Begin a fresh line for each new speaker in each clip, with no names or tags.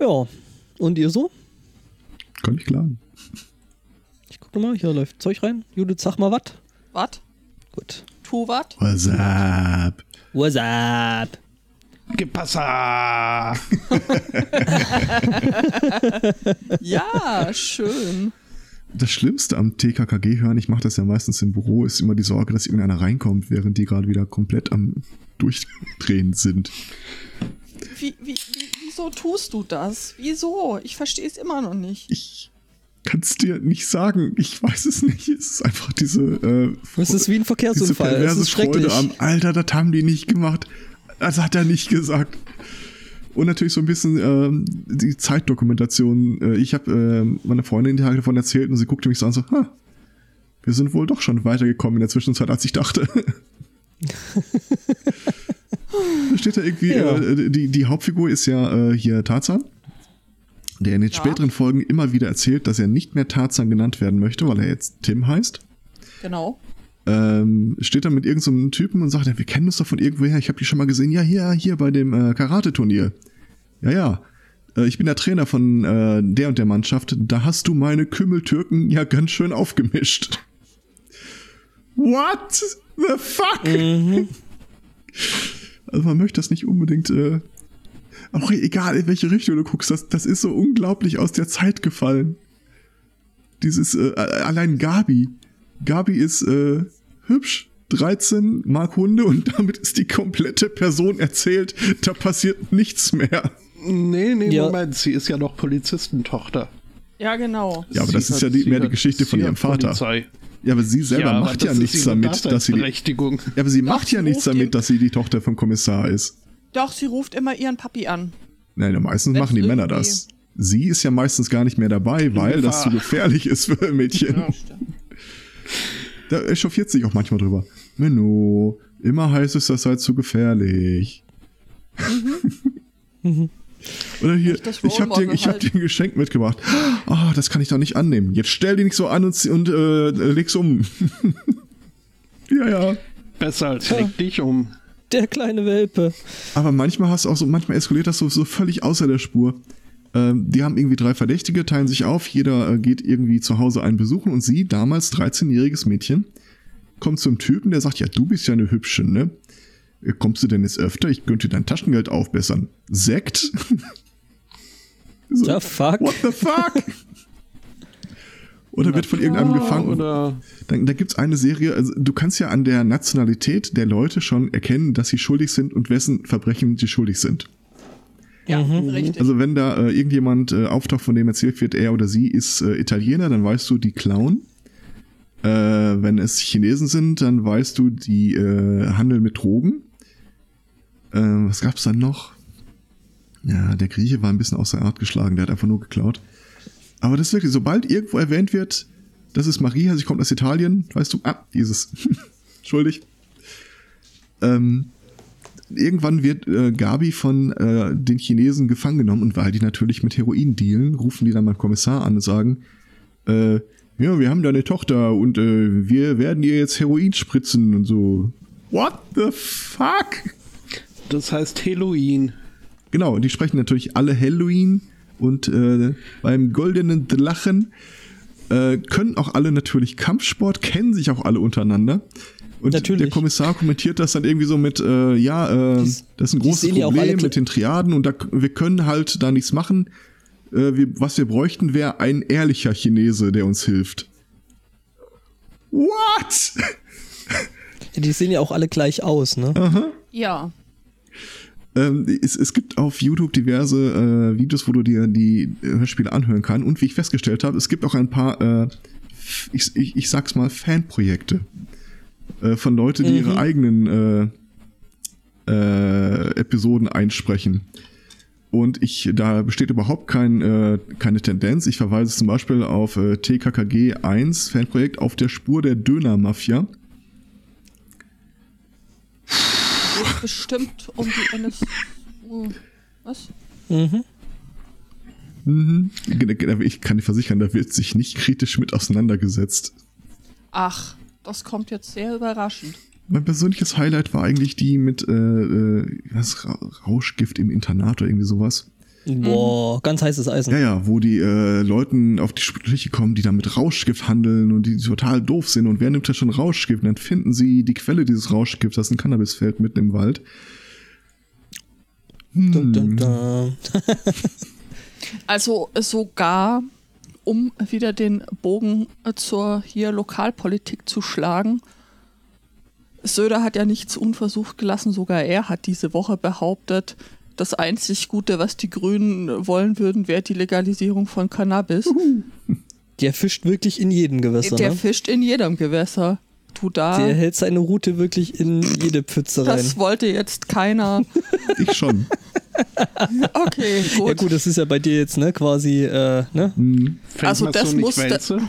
Ja. Und ihr so?
Kann ich klagen.
Ich guck nochmal, hier läuft Zeug rein. Judith, sag mal was.
Was?
Gut.
Tu was?
What's up?
What's up?
Gepassa!
Ja, schön.
Das Schlimmste am TKKG hören, ich mache das ja meistens im Büro, ist immer die Sorge, dass irgendeiner reinkommt, während die gerade wieder komplett am Durchdrehen sind.
Wie, wie, wie, wieso tust du das? Wieso? Ich verstehe es immer noch nicht.
Ich kann es dir nicht sagen. Ich weiß es nicht. Es ist einfach diese. Äh,
Es ist wie ein
diese
Verkehrsunfall. Es
perverse
ist schrecklich.
Freude am Alter, das haben die nicht gemacht. Das hat er nicht gesagt. Und natürlich so ein bisschen ähm, die Zeitdokumentation. Äh, Ich habe ähm, meine Freundin die Tage davon erzählt und sie guckte mich so an so, ha, wir sind wohl doch schon weitergekommen in der Zwischenzeit, als ich dachte. da steht da irgendwie,
Ja.
äh, die, die Hauptfigur ist ja äh, hier Tarzan, der in den späteren Folgen immer wieder erzählt, dass er nicht mehr Tarzan genannt werden möchte, weil er jetzt Tim heißt
Genau.
ähm, steht dann mit irgendeinem Typen und sagt, ja, wir kennen uns doch von irgendwoher, ich habe die schon mal gesehen, ja, hier, hier bei dem äh, Karate-Turnier. Ja, ja, äh, ich bin der Trainer von äh, der und der Mannschaft, da hast du meine Kümmeltürken ja ganz schön aufgemischt. What the fuck?
Mhm.
Also man möchte das nicht unbedingt, äh, auch egal in welche Richtung du guckst, das, das ist so unglaublich aus der Zeit gefallen. Dieses, äh, allein Gabi. Gabi ist äh, hübsch, 13, mag Hunde und damit ist die komplette Person erzählt. Da passiert nichts mehr.
Nee, nee,
Ja.
Moment, sie ist ja noch Polizistentochter.
Ja, genau.
Ja, aber das
Sie
ist ja
hat-
die,
sie
mehr die
hat-
Geschichte
sie
von
hat
ihrem Vater.
Polizei.
Ja, aber sie selber
aber
macht ja
das ist
nichts
ihre
damit, dass sie die,
Daseinsberechtigung.
Ja, aber sie macht ja
sie
nichts
ruft den-
damit, dass sie die Tochter vom Kommissar ist.
Doch, sie ruft immer ihren Papi an.
Nein, meistens
Wenn's
machen die Männer
irgendwie-
das. Sie ist ja meistens gar nicht mehr dabei, weil das zu
Gefahr.
gefährlich ist für Mädchen. Da echauffiert sich auch manchmal drüber. Menno, immer heißt es, das sei zu gefährlich.
Mhm.
Oder hier,
Nicht das
ich habe dir,
Rollmodel
ich hab
halt.
dir ein Geschenk mitgebracht. Ah, das kann ich doch nicht annehmen. Jetzt stell die nicht so an und, zieh- und äh, leg's um. ja, ja.
Besser als leg dich um.
Der kleine Welpe.
Aber manchmal hast du auch so, manchmal eskaliert das so, so völlig außer der Spur. Ähm, die haben irgendwie drei Verdächtige, teilen sich auf, jeder äh, geht irgendwie zu Hause einen besuchen und sie, damals 13-jähriges Mädchen, kommt zum Typen, der sagt, ja, du bist ja eine Hübsche, ne? Äh, Kommst du denn jetzt öfter? Ich könnte dein Taschengeld aufbessern. Sekt? so,
The fuck?
What the fuck? Oder wird von irgendeinem gefangen
Oder
dann, da gibt's eine Serie, also du kannst ja an der Nationalität der Leute schon erkennen, dass sie schuldig sind und wessen Verbrechen sie schuldig sind.
Ja, richtig.
Also wenn da äh, irgendjemand äh, auftaucht, von dem erzählt wird, er oder sie ist äh, Italiener, dann weißt du, die klauen. Äh, wenn es Chinesen sind, dann weißt du, die äh, handeln mit Drogen. Äh, was gab's dann noch? Ja, der Grieche war ein bisschen außer Art geschlagen, der hat einfach nur geklaut. Aber das ist wirklich, sobald irgendwo erwähnt wird, das ist Maria, sie kommt aus Italien, weißt du, ah, dieses, schuldig. Ähm, irgendwann wird äh, Gabi von äh, den Chinesen gefangen genommen und weil die natürlich mit Heroin dealen, rufen die dann beim Kommissar an und sagen, äh, ja, wir haben da eine Tochter und äh, wir werden ihr jetzt Heroin spritzen und so. What the fuck?
das heißt Halloween.
Genau, die sprechen natürlich alle Halloween und äh, beim goldenen Drachen äh, können auch alle natürlich Kampfsport, kennen sich auch alle untereinander. Und
Natürlich.
der Kommissar kommentiert das dann irgendwie so mit, äh, ja, äh,
s-
das ist ein
die
großes
sehen ja auch alle
Problem
gl-
mit den Triaden und da, wir können halt da nichts machen. Äh, wir, was wir bräuchten, wäre ein ehrlicher Chinese, der uns hilft. What?
Die sehen ja auch alle gleich aus, ne?
Ah.
Ja.
Ähm, es, es gibt auf YouTube diverse äh, Videos, wo du dir die äh, Hörspiele anhören kannst. Und wie ich festgestellt habe, es gibt auch ein paar, äh, ich, ich, ich sag's mal, Fanprojekte äh, von Leuten, die ihre eigenen äh, äh, Episoden einsprechen. Und ich, da besteht überhaupt kein, äh, keine Tendenz. Ich verweise zum Beispiel auf äh, TKKG 1, Fanprojekt auf der Spur der Döner-Mafia.
Geht bestimmt um die NSU. Was?
Mhm.
Ich kann dir versichern, da wird sich nicht kritisch mit auseinandergesetzt.
Ach, das kommt jetzt sehr überraschend.
Mein persönliches Highlight war eigentlich die mit äh, äh, was, Ra- Rauschgift im Internat oder irgendwie sowas.
Boah, ganz heißes Eisen.
Ja, ja, wo die äh, Leuten auf die Sprüche kommen, die damit Rauschgift handeln und die total doof sind. Und wer nimmt da schon Rauschgift? Und dann finden sie die Quelle dieses Rauschgifts, das ist ein Cannabisfeld mitten im Wald. Hm,
Dun, dun, dun.
Also sogar, um wieder den Bogen äh, zur hier Lokalpolitik zu schlagen. Söder hat ja nichts unversucht gelassen, sogar er hat diese Woche behauptet, das einzig Gute, was die Grünen wollen würden, wäre die Legalisierung von Cannabis.
Der fischt wirklich in jedem Gewässer.
Der
ne?
fischt in jedem Gewässer. Du da.
Der hält seine Route wirklich in jede Pfütze rein.
das wollte jetzt keiner.
Ich schon.
Okay, gut.
Ja gut, das ist ja bei dir jetzt, ne, quasi, äh, ne?
Mhm.
Fängt
Also
man
das
so nicht
muss da-
Wälze?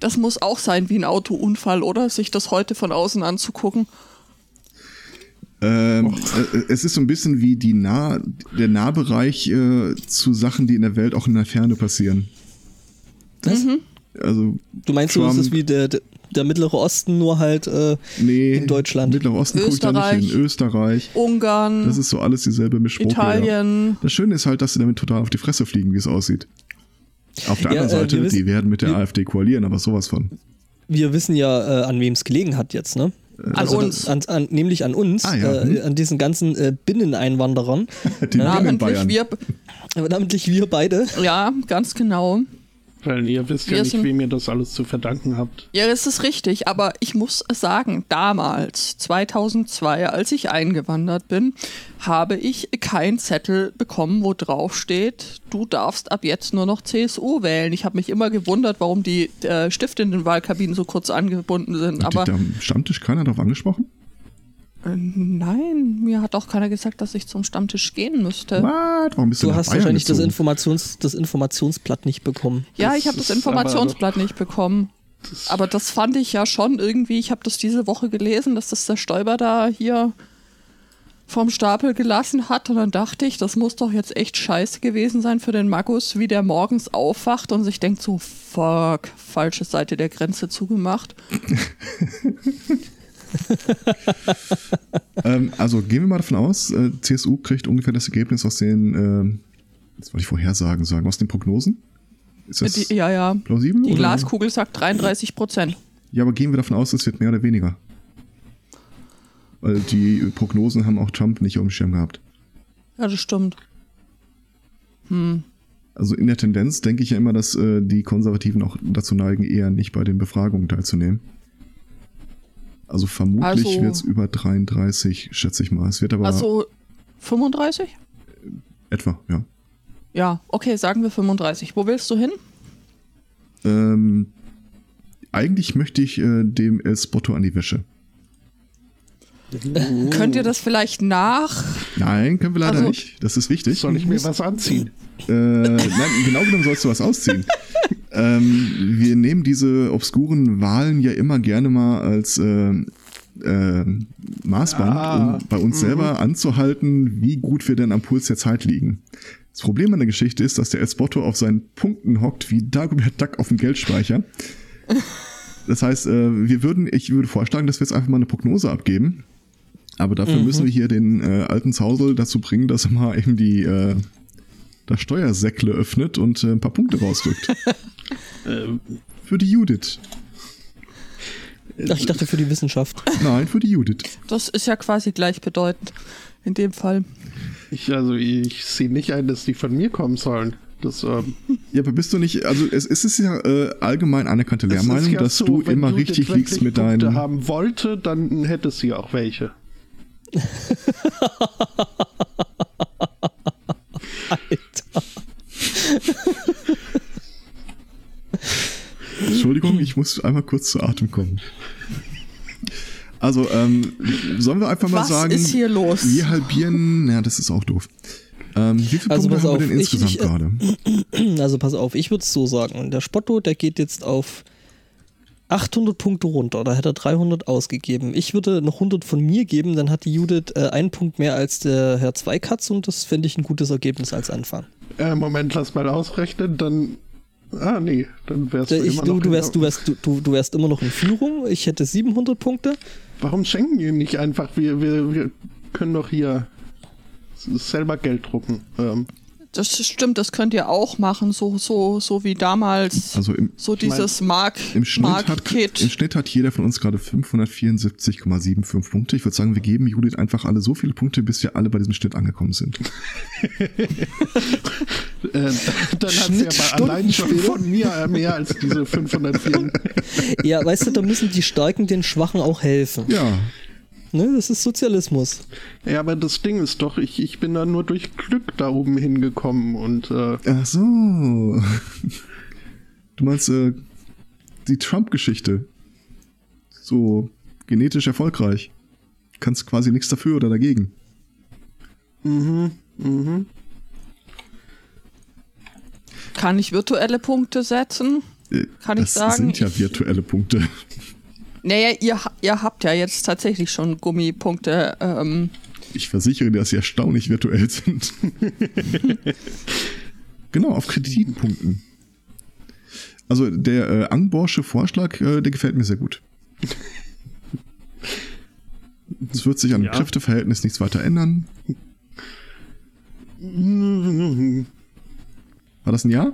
Das muss auch sein wie ein Autounfall, oder? Sich das heute von außen anzugucken.
Ähm, äh, es ist so ein bisschen wie die nah, der Nahbereich äh, zu Sachen, die in der Welt auch in der Ferne passieren.
Was?
Mhm.
Also
Du meinst, so ist es wie der, der- der Mittlere Osten, nur halt, äh,
nee,
in Deutschland.
Mittlerer Osten gucke ich da nicht
Österreich.
hin. Österreich.
Ungarn,
Das ist so alles dieselbe Mischprobe.
Italien.
Das Schöne ist halt, dass sie damit total auf die Fresse fliegen, wie es aussieht. Auf der
Ja, äh,
anderen
wir
Seite,
wissen-
die werden mit der
wir-
AfD koalieren, aber sowas von.
wir wissen ja, äh, an wem es gelegen hat jetzt, ne? An
uns.
An, an, nämlich an uns,
Äh, Ah, ja,
äh,
hm.
an diesen ganzen äh, Binneneinwanderern,
Die Binnen
Namentlich
Bayern.
wir.
aber namentlich wir beide.
Ja, ganz genau.
Weil ihr wisst
Wir
ja nicht,
sind-
wem ihr das alles zu verdanken habt.
Ja, das ist richtig. Aber ich muss sagen, damals, 2002, als ich eingewandert bin, habe ich keinen Zettel bekommen, wo drauf steht, du darfst ab jetzt nur noch CSU wählen. Ich habe mich immer gewundert, warum die äh, Stifte in den Wahlkabinen so kurz angebunden sind.
Hat
Aber
dich da am Stammtisch keiner darauf angesprochen?
äh, nein, mir hat auch keiner gesagt, dass ich zum Stammtisch gehen müsste.
What? Warum bist du,
Du
nach
hast
Bayern
wahrscheinlich das,
gezogen?
Informations, das Informationsblatt nicht bekommen.
Ja,
Das
ich habe das
ist
Informationsblatt nicht bekommen. Aber das fand ich ja schon irgendwie, ich habe das diese Woche gelesen, dass das der Stoiber da hier vom Stapel gelassen hat. Und dann dachte ich, das muss doch jetzt echt scheiße gewesen sein für den Markus, wie der morgens aufwacht und sich denkt so, fuck, falsche Seite der Grenze zugemacht.
Ähm, also gehen wir mal davon aus, äh, CSU kriegt ungefähr das Ergebnis aus den, ähm, jetzt wollte ich Vorhersagen sagen, aus den Prognosen. Ist das
Die, ja, ja.
plausibel?
Die
oder?
Glaskugel sagt 33 Prozent.
Ja, aber gehen wir davon aus, es wird mehr oder weniger. Weil die Prognosen haben auch Trump nicht auf dem Schirm gehabt.
Ja, das stimmt.
Also in der Tendenz denke ich ja immer, dass äh, die Konservativen auch dazu neigen, eher nicht bei den Befragungen teilzunehmen. Also vermutlich
Also-
wird es über 33, schätze ich mal. Es wird aber
Also 35?
etwa, ja.
Ja, okay, sagen wir 35. Wo willst du hin?
Ähm, eigentlich möchte ich äh, dem El Spotto an die Wäsche.
Könnt ihr das vielleicht nach
Nein, können wir leider
Also-
nicht. Das ist wichtig.
Hm, Soll ich mir was anziehen?
Äh, nein, genau genommen sollst du was ausziehen. ähm, wir nehmen diese obskuren Wahlen ja immer gerne mal als ähm, ähm, Maßband,
Ah,
um bei uns selber anzuhalten, wie gut wir denn am Puls der Zeit liegen. Das Problem an der Geschichte ist, dass der Espotto auf seinen Punkten hockt wie Dagobert Duck auf dem Geldspeicher. Das heißt, äh, wir würden, ich würde vorschlagen, dass wir jetzt einfach mal eine Prognose abgeben. Aber dafür müssen wir hier den äh, alten Zausel dazu bringen, dass er mal eben die äh, das Steuersäckle öffnet und äh, ein paar Punkte rausdrückt.
Ähm,
Für die Judith. Äh,
Ach, ich dachte für die Wissenschaft.
Nein, für die Judith.
Das ist ja quasi gleichbedeutend in dem Fall.
ich, also ich sehe nicht ein, dass die von mir kommen sollen. Das, ähm,
Ja, aber bist du nicht, also es, es ist ja äh, allgemein anerkannte
es ist
Lehrmeinung,
ja
dass
so,
du
wenn
immer
Judith
richtig liegst
wirklich
mit
Punkte
deinen...
haben wollte, dann hätte sie auch welche.
Alter.
Entschuldigung, ich muss einmal kurz zu Atem kommen. Also, ähm, sollen wir einfach mal
Was
sagen,
ist hier los?
wir halbieren, ja, das ist auch doof. Ähm, wie viele
Also,
Punkte
pass
haben wir
auf,
denn
ich-
insgesamt
ich, äh,
gerade?
Also pass auf, ich würde es so sagen. Der Spotto, der geht jetzt auf 800 Punkte runter. Da hätte er 300 ausgegeben. Ich würde noch 100 von mir geben, dann hat die Judith äh, einen Punkt mehr als der Herr Zweikatz und das fände ich ein gutes Ergebnis als Anfang.
Äh, Moment, lass mal ausrechnen, dann. Ah, nee, dann wärst du
Ich,
immer
du,
noch genau.
du,
in
wärst,
der-
du, wärst, du- du, du wärst immer noch in Führung. Ich hätte 700 Punkte.
Warum schenken wir nicht einfach? Wir, wir, wir können doch hier s- selber Geld drucken. Ähm,
Das stimmt, das könnt ihr auch machen, so, so, so wie damals.
Also im,
so
mein,
dieses Mark,
im, Schnitt
Mark
hat,
Kit.
im Schnitt hat jeder von uns gerade 574,75 Punkte. Ich würde sagen, wir geben Judith einfach alle so viele Punkte, bis wir alle bei diesem Schnitt angekommen sind.
Äh, dann hat sie aber
Schnittstunden
allein schon
später.
von mir äh, mehr als diese 504.
Ja, weißt du, da müssen die Starken den Schwachen auch helfen.
Ja,
Ne? Das ist Sozialismus.
ja, aber das Ding ist doch, ich, ich bin da nur durch Glück da oben hingekommen und äh,
ach so. Du meinst äh, die Trump-Geschichte. So genetisch erfolgreich. Kannst quasi nichts dafür oder dagegen.
Kann ich virtuelle Punkte setzen?
Äh,
Kann ich
das
sagen,
sind ja
ich-
virtuelle Punkte.
Naja, ihr, ha- ihr habt ja jetzt tatsächlich schon Gummipunkte. Ähm,
Ich versichere dir, dass sie erstaunlich virtuell sind. genau, auf Kreditpunkten. Also der äh, Angborsche Vorschlag, äh, der gefällt mir sehr gut. Es wird sich an dem
Ja.
Kräfteverhältnis nichts weiter ändern. War das ein Ja?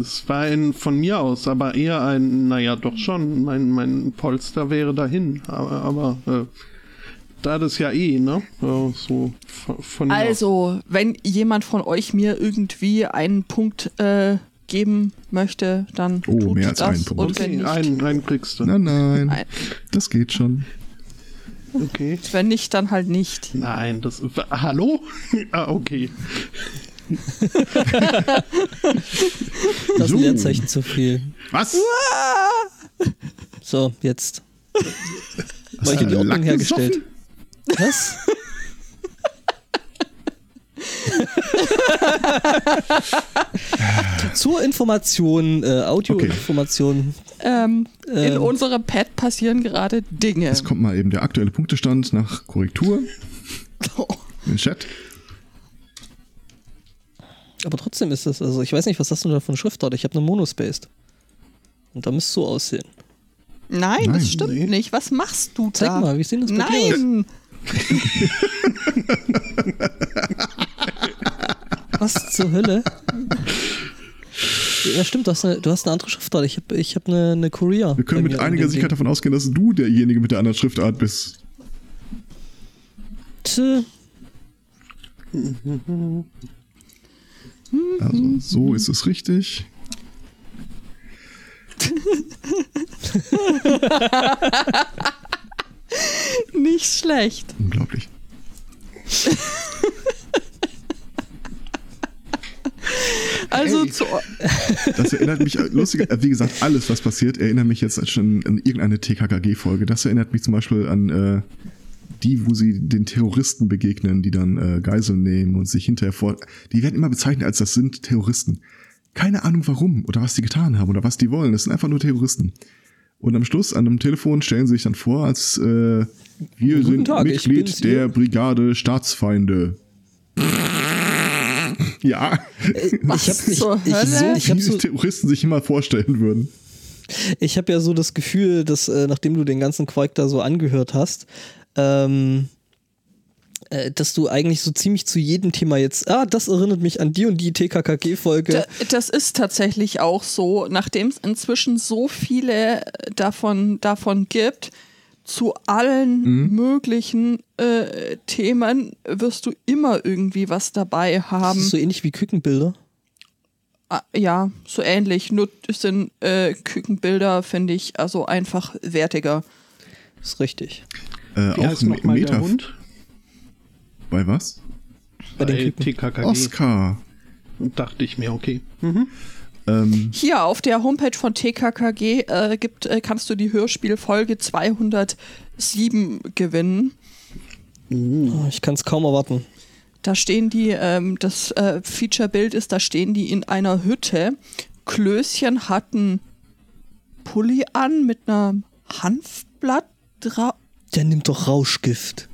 es war ein von mir aus, aber eher ein, naja, doch schon, mein, mein Polster wäre dahin. Aber, aber äh, da das ja eh, ne? Äh, so von, von
Genau.
mir aus.
also, wenn jemand von euch mir irgendwie einen Punkt äh, geben möchte, dann
Oh,
tut
mehr als
das.
einen Punkt.
Und wenn
Okay,
nicht,
einen, einen kriegst du. ne?
Nein, nein.
Nein.
Das geht schon. Ne?
Okay.
wenn nicht, dann halt nicht.
Nein, das. wa- Hallo? ah, okay.
Das ist
So.
ein Leerzeichen zu viel.
Was?
So, jetzt.
Hast
Weil ich
du
hab die Ordnung
Lack
hergestellt.
gesoffen?
Was? Zur Information, äh, Audioinformation.
Ähm, in
Ähm.
unserem Pad passieren gerade Dinge.
Jetzt kommt mal eben der aktuelle Punktestand nach Korrektur im Chat.
Aber trotzdem ist das, also ich weiß nicht, was hast du da von Schriftart? Ich habe eine Monospaced. Und da müsste es so aussehen.
Nein,
Nein,
das stimmt
nee.
nicht. Was machst du
Zeig
da?
mal, wie sieht das bei dir aus?
Nein!
Was zur Hölle? Ja, stimmt, du hast eine, du hast eine andere Schriftart. Ich habe ich hab eine, eine Korea.
Wir können
bei
mit
mir an
einiger
dem
Sicherheit
Ding.
davon ausgehen, dass du derjenige mit der anderen Schriftart bist.
Tö. Mhm.
Also, so ist es richtig.
Nicht schlecht.
Unglaublich.
Also
Hey.
zu,
Das erinnert mich, äh, lustig, äh, wie gesagt, alles, was passiert, erinnert mich jetzt schon an irgendeine TKKG-Folge. Das erinnert mich zum Beispiel an äh, die, wo sie den Terroristen begegnen, die dann äh, Geiseln nehmen und sich hinterher vor. Die werden immer bezeichnet als das sind Terroristen. Keine Ahnung warum oder was die getan haben oder was die wollen. Das sind einfach nur Terroristen. Und am Schluss an einem Telefon stellen sie sich dann vor, als äh, wir sind
Tag, ich bin's,
Mitglied der
ihr-
Brigade Staatsfeinde. ja,
Ich habe ich,
zur
ich,
Hölle?
so, ich
wie
hab
sich
so,
Terroristen sich immer vorstellen würden.
Ich habe ja so das Gefühl, dass äh, nachdem du den ganzen Quark da so angehört hast, ähm, äh, dass du eigentlich so ziemlich zu jedem Thema jetzt, ah, das erinnert mich an die und die TKKG-Folge.
D- Das ist tatsächlich auch so, nachdem es inzwischen so viele davon, davon gibt, zu allen möglichen äh, Themen wirst du immer irgendwie was dabei
Das
haben.
ist so ähnlich wie Kükenbilder.
Ah, ja, so ähnlich. Nur sind äh, Kükenbilder, finde ich, also einfach wertiger.
Ist richtig.
Äh,
Wie
auch
heißt noch
im
mal der
Meta.
Hund? Äh,
Bei was?
Bei den Küken.
TKKG.
Oscar.
Dachte ich mir, okay.
Ähm,
Hier auf der Homepage von TKKG äh, gibt, äh, kannst du die Hörspielfolge 207 gewinnen.
Mhm.
Oh, ich kann es kaum erwarten.
Da stehen die, ähm, das äh, Feature-Bild ist, da stehen die in einer Hütte. Klößchen hat einen Pulli an mit einem Hanfblatt drauf.
Der nimmt doch Rauschgift.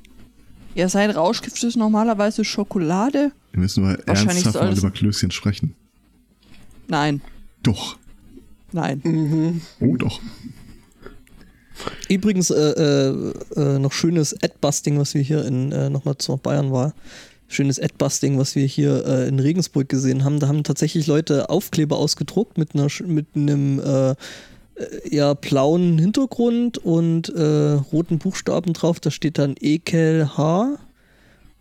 Ja, sein Rauschgift ist normalerweise Schokolade.
wir müssen mal
Wahrscheinlich
ernsthaft
soll
mal
es-
über Klößchen sprechen.
Nein,
Doch.
Mhm.
nein.
Oh,
Hm.
doch.
Übrigens äh, äh, äh, noch schönes Ad-Busting, was wir hier in äh, nochmal zur Bayern war. schönes Adbusting, was wir hier äh, in Regensburg gesehen haben. Da haben tatsächlich Leute Aufkleber ausgedruckt mit, einer, sch- mit einem äh, ja, blauen Hintergrund und äh, roten Buchstaben drauf. Da steht dann EKLH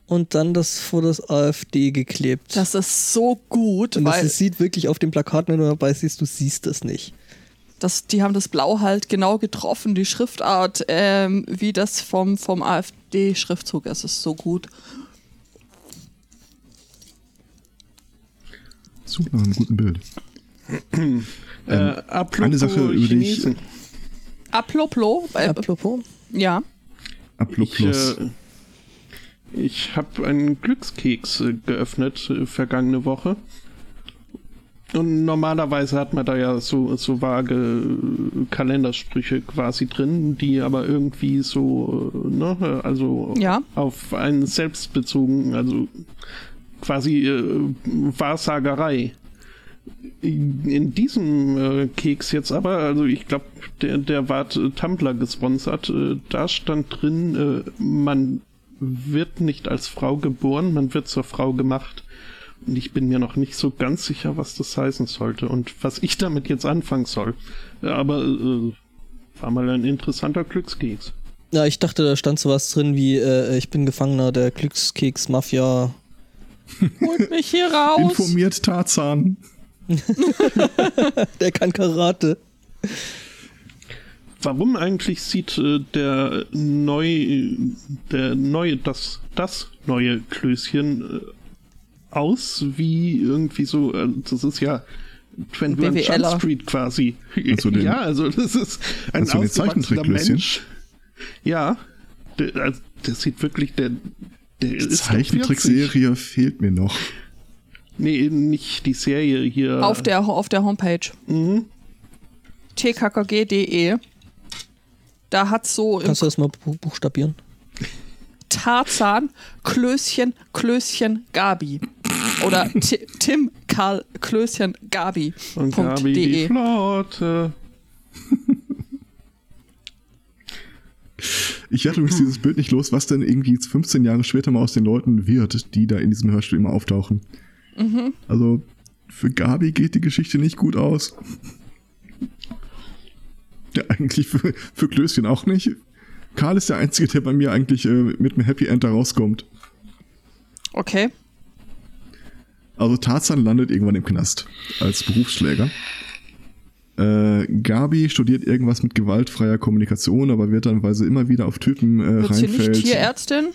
und dann das vor das AfD geklebt.
Das ist so gut,
und das
weil
ist- sieht wirklich auf dem Plakat, wenn du dabei siehst, du siehst es nicht.
das, die haben das Blau halt genau getroffen, die Schriftart, ähm, wie das vom, vom AfD-Schriftzug. Es ist so gut.
So, nach einem guten Bild.
Äh,
Ähm, eine Sache, über die ich-
Chinesen.
Aploplo, äh,
Apropos.
ja.
Ich,
Aploplus.
äh, ich habe einen Glückskeks äh, geöffnet äh, vergangene Woche. Und normalerweise hat man da ja so, so vage äh, Kalendersprüche quasi drin, die aber irgendwie so, äh, ne, also
Ja.
auf einen selbst bezogen, also quasi äh, Wahrsagerei. In in diesem äh, Keks jetzt aber, also ich glaube, der, der war äh, Tumblr gesponsert, äh, da stand drin, äh, man wird nicht als Frau geboren, man wird zur Frau gemacht. Und ich bin mir noch nicht so ganz sicher, was das heißen sollte und was ich damit jetzt anfangen soll. Äh, Aber äh, war mal ein interessanter Glückskeks.
Ja, ich dachte, da stand sowas drin wie, äh, ich bin Gefangener der Glückskeks-Mafia.
Holt mich hier raus.
Informiert Tarzan.
Der kann Karate.
Warum eigentlich sieht äh, der neu, der neue, das, das neue Klößchen äh, aus wie irgendwie so, äh, das ist ja 21 Jump
BWLer.
Street quasi.
Meinst du den-
ja, also das ist ein
meinst du den
ausgewachsener
Zeichentrickklößchen?
Mensch. Ja, der, also, der sieht wirklich, der, der ist doch 40.
Zeichentrickserie fehlt mir noch.
Nee, nicht die Serie hier.
Auf der, auf der Homepage.
Mhm.
tkkg.de. E. Da hat so im
Kannst du das mal bu- buchstabieren?
Tarzan Klößchen Klößchen Gabi. Oder Ti- Tim Karl Klößchen Gabi.
Und
Punkt E.
Gabi die
de.
Flotte.
Ich werde übrigens dieses Bild nicht los, was denn irgendwie jetzt 15 Jahre später mal aus den Leuten wird, die da in diesem Hörspiel immer auftauchen. Also für Gabi geht die Geschichte nicht gut aus. Ja, eigentlich für, für Klößchen auch nicht. Karl ist der Einzige, der bei mir eigentlich äh, mit einem Happy End da rauskommt.
Okay.
Also Tarzan landet irgendwann im Knast als Berufsschläger. Äh, Gabi studiert irgendwas mit gewaltfreier Kommunikation, aber wird dann, weil sie immer wieder auf Typen äh,
Wird sie
reinfällt.
nicht Tierärztin?